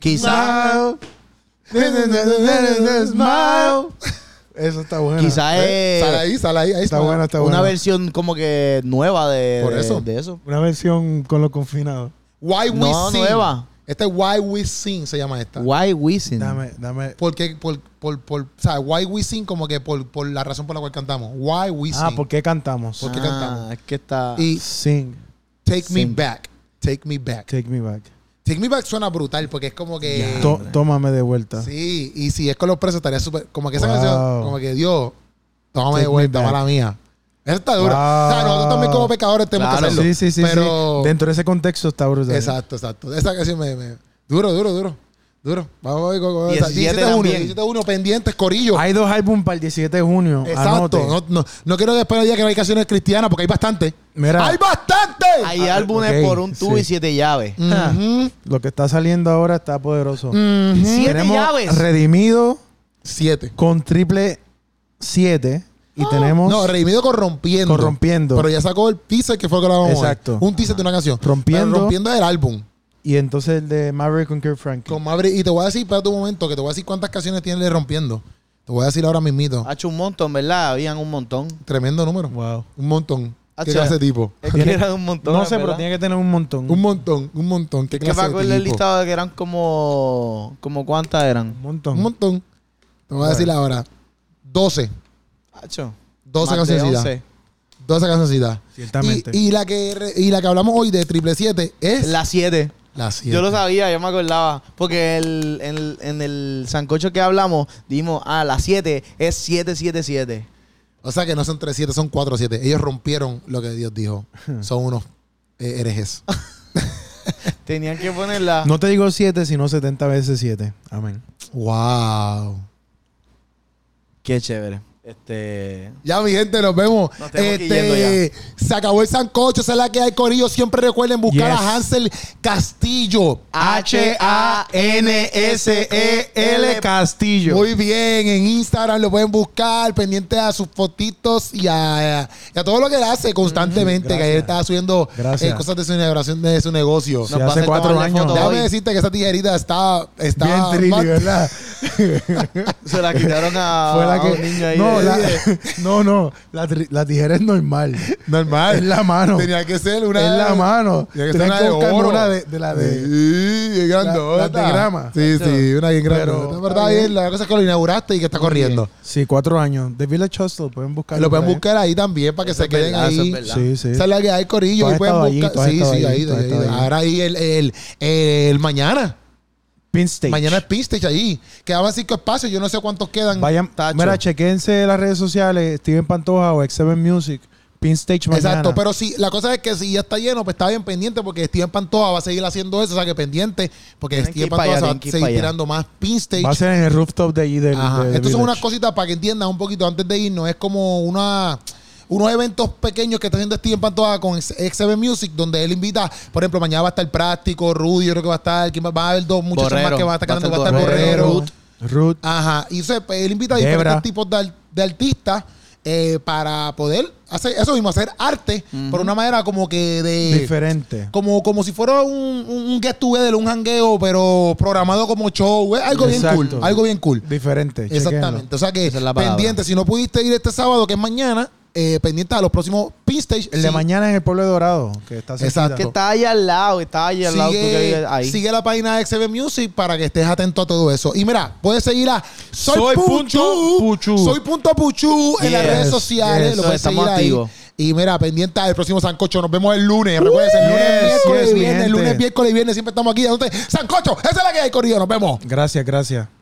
S3: Quizá,
S1: Eso está bueno.
S3: quizá
S2: Eh,
S3: es
S2: Sale ahí, sale ahí.
S1: Está
S2: ahí
S1: este.
S2: smile.
S1: buena, está buena.
S3: una versión como que nueva de,
S2: Por
S3: de-
S2: eso.
S3: de eso.
S1: Una versión con los confinados.
S2: Why We
S3: No,
S2: Sing.
S3: nueva.
S2: Esta es Why We Sing, se llama esta.
S3: Why Wisin.
S1: Dame, dame.
S2: Porque, por, por, por, o sea, Why We Sing como que por, por la razón por la cual cantamos. Why We Sing.
S1: Ah, ¿por qué cantamos?
S2: ¿Por qué
S3: Ah,
S2: cantamos?
S3: Es que está.
S2: Y
S1: Sing,
S2: Take Me
S3: Sing.
S2: Back. Take Me Back.
S1: take me back.
S2: Take Me Back suena brutal porque es como que...
S1: To- tómame de vuelta.
S2: Sí, y si es con los presos estaría súper... Como que esa
S1: Wow.
S2: canción, como que Dios, tómame
S1: Take
S2: de
S1: me
S2: vuelta,
S1: back.
S2: mala mía. Esa está dura. O sea,
S1: Wow.
S2: nosotros también como pecadores tenemos
S3: Claro.
S2: que hacerlo.
S1: sí, sí, sí,
S2: pero...
S1: sí. Dentro de ese contexto está brutal.
S2: Exacto, exacto. Esa canción me, me- Duro, duro, duro. Duro. Vamos a ver con- con
S3: 17
S2: 17 1,
S3: también.
S2: 17 1, pendientes, corillo.
S1: Hay dos álbumes para el 17 de junio.
S2: Exacto.
S1: Anote.
S2: No, no, no quiero que después diga que no hay canciones cristianas porque hay bastante.
S1: Mira.
S2: ¡Hay bastante!
S3: Hay
S1: Ah,
S3: álbumes
S1: ok,
S3: por un tubo
S1: sí.
S3: y siete llaves. ah.
S2: Ujú,
S1: Lo que está saliendo ahora está poderoso.
S2: ujú.
S3: Siete
S1: Tenemos
S3: llaves.
S1: Redimido
S2: Siete.
S1: con triple 7
S3: Ah.
S1: y tenemos
S2: No, Redimido con Rompiendo.
S1: Corrompiendo.
S2: Pero ya sacó el teaser que fue lo que la vamos
S1: Exacto.
S2: a ver. Un teaser de una canción.
S1: Rompiendo.
S2: Pero rompiendo es el álbum.
S1: y entonces el de Maverick con Kirk Franklin.
S2: Con Maverick. Y te voy a decir, espérate un momento, que te voy a decir cuántas canciones tiene el de Rompiendo. Te voy a decir ahora mismito.
S3: Ha hecho un montón, ¿verdad? Habían un momontón.
S2: Tremendo número.
S1: Wow.
S2: Un montón.
S3: Ah,
S2: ¿Qué
S3: chao.
S2: clase de tipo?
S3: Es que
S1: Tiene-
S3: eran un montón.
S1: No sé,
S3: ¿verdad?
S1: pero tiene que tener un montón.
S2: Un montón, un montón. ¿Qué
S3: Es que
S2: clase
S3: me acuerdo
S2: de
S3: el
S2: tipo?
S3: listado de que eran como. como cuántas
S1: Un
S3: eran.
S1: montón.
S2: Un montón. Te voy a decir ahora. 12.
S3: Hacho.
S2: 12
S3: más de
S2: canciones.
S3: 11.
S2: 12 canciones.
S1: Ciertamente.
S2: Y, y la que re- y la que hablamos hoy de triple 7 es
S3: Las siete.
S2: la 7.
S3: Yo lo sabía, yo me acordaba. Porque el, en, en el sancocho que hablamos, dijimos, ah, las 7 es 777.
S2: O sea que no son 3 7, son 4 7. Ellos rompieron lo que Dios
S3: *laughs*
S2: dijo. Son unos eh, herejes.
S3: Tenían que ponerla.
S1: No te digo 7, sino 70 veces 7. Amén.
S2: wow.
S3: Qué chévere. Este.
S2: Ya, mi gente, nos vemos.
S3: Nos tenemos que ir
S2: este, se acabó el sancocho, se la que hay corillo. Siempre recuerden buscar
S1: Yes.
S2: a Hansel Castillo.
S3: E.
S1: H-A-N-S-E-L E Castillo.
S2: Muy bien, en Instagram lo pueden buscar, pendiente a sus fotitos y a, y a todo lo que él hace constantemente,
S1: Gracias.
S2: que él está subiendo
S1: Gracias.
S2: eh, cosas de su inauguración, de su negocio.
S1: Sí, hace
S3: a
S1: cuatro
S3: tomarle
S1: años.
S3: foto
S2: Déjame
S3: hoy.
S2: decirte que esa tijerita está... está
S1: Bien trilly,
S2: más-
S1: ¿verdad?
S3: Se la quitaron a,
S1: *laughs* Fue la
S3: a
S1: que.
S3: Ah, un niño ahí. eh.
S1: no,
S3: de- *laughs*
S1: la, *laughs* no, no. La, tri- la tijera es normal.
S2: Normal.
S1: Es la mano.
S2: Tenía que ser una...
S1: es la mano.
S2: Tenía que ser
S1: Tenés
S2: una
S1: que
S2: de
S1: buscar
S2: oro.
S1: una de, de la de.
S2: Sí, bien grandota.
S1: la de grama.
S2: Sí, sí, una bien grande.
S1: Pero-
S2: Pero está bien, la cosa es que lo inauguraste y que está corriendo.
S1: Sí, cuatro años. The Village Hustle, pueden buscarlo.
S2: Lo pueden
S1: por ahí.
S2: buscar ahí también para que se queden
S3: verdad, eso es
S2: ahí.
S3: verdad.
S1: Sí, sí.
S2: Esa es la que hay, Corillo.
S1: Tú has
S2: Ahí pueden
S1: estado allí,
S2: buscar.
S1: tú has
S2: sí,
S1: estado
S2: sí,
S1: allí,
S2: ahí,
S1: tú has
S2: ahí,
S1: estado
S2: ahí.
S1: allí.
S2: Ahora ahí el, el, el mañana.
S1: Pin Stage.
S2: Mañana es Pinstage allí. Quedaban cinco espacios. Yo no sé cuántos quedan.
S1: Vayan,
S2: Tacho.
S1: mira, chequense las redes sociales, Steven Pantoja o X7 Music, Pin stage mañana.
S2: Exacto, pero si la cosa es que si ya está lleno, pues está bien pendiente porque Steven Pantoja va a seguir haciendo eso, o sea que pendiente, porque
S3: Tienen que
S2: Steven
S3: ir para allá,
S2: Pantoja se va a
S3: tienen que ir
S2: seguir
S3: para allá.
S2: tirando más pin stage.
S1: Va a ser en el rooftop de allí del.
S2: Ajá.
S1: de- de
S2: Estas son
S1: Village.
S2: unas cositas para que entiendas un poquito antes de irnos. Es como una unos eventos pequeños que está haciendo Steven Pantoja con X- XB Music, donde él invita, por ejemplo, mañana va a estar Práctico, Rudy, yo creo que va a estar, ¿quién más? va a haber dos muchachos
S3: Borrero.
S2: más que van a estar
S3: Va a
S2: cantando,
S3: estar
S2: va a estar
S3: Borrero,
S2: Borrero.
S1: Root. Root.
S2: Ajá. Y se- pues, él invita a
S1: Debra.
S2: diferentes tipos de, ar- de artistas eh, para poder hacer eso mismo, hacer arte por una manera como que de...
S1: Diferente.
S2: Como, como si fuera un, un un get together, un hangueo, pero programado como show. Es algo bien
S1: Exacto.
S2: cool. Algo bien cool.
S1: Diferente.
S2: Exactamente. O sea que
S3: Esa es la palabra.
S2: pendiente, si no pudiste ir este sábado, que es mañana, eh, pendiente a los próximos pin stage.
S1: El de
S2: Sí.
S1: mañana en el pueblo de Dorado, que está cerquita.
S2: Exacto.
S3: Que está allá al lado, está allá al lado. tú que
S2: Sigue,
S3: vives ahí.
S2: sigue la página de XB Music para que estés atento a todo eso. Y mira, puedes seguir a Soy,
S1: Soy
S2: Punto
S1: punto Puchu.
S2: Soy Punto Puchu en las
S3: Yes,
S2: redes sociales.
S3: yes.
S2: Lo puedes
S3: Estamos
S2: seguir ahí.
S3: activos.
S2: Y mira, pendiente al próximo Sancocho. Nos vemos el lunes. Recuerden, el lunes,
S1: Yes,
S2: miércoles,
S1: yes, mi
S2: viernes,
S1: gente.
S2: lunes, miércoles y viernes. Siempre estamos aquí. Entonces, Sancocho, esa es la que hay, Corrido. Nos vemos.
S1: Gracias, gracias.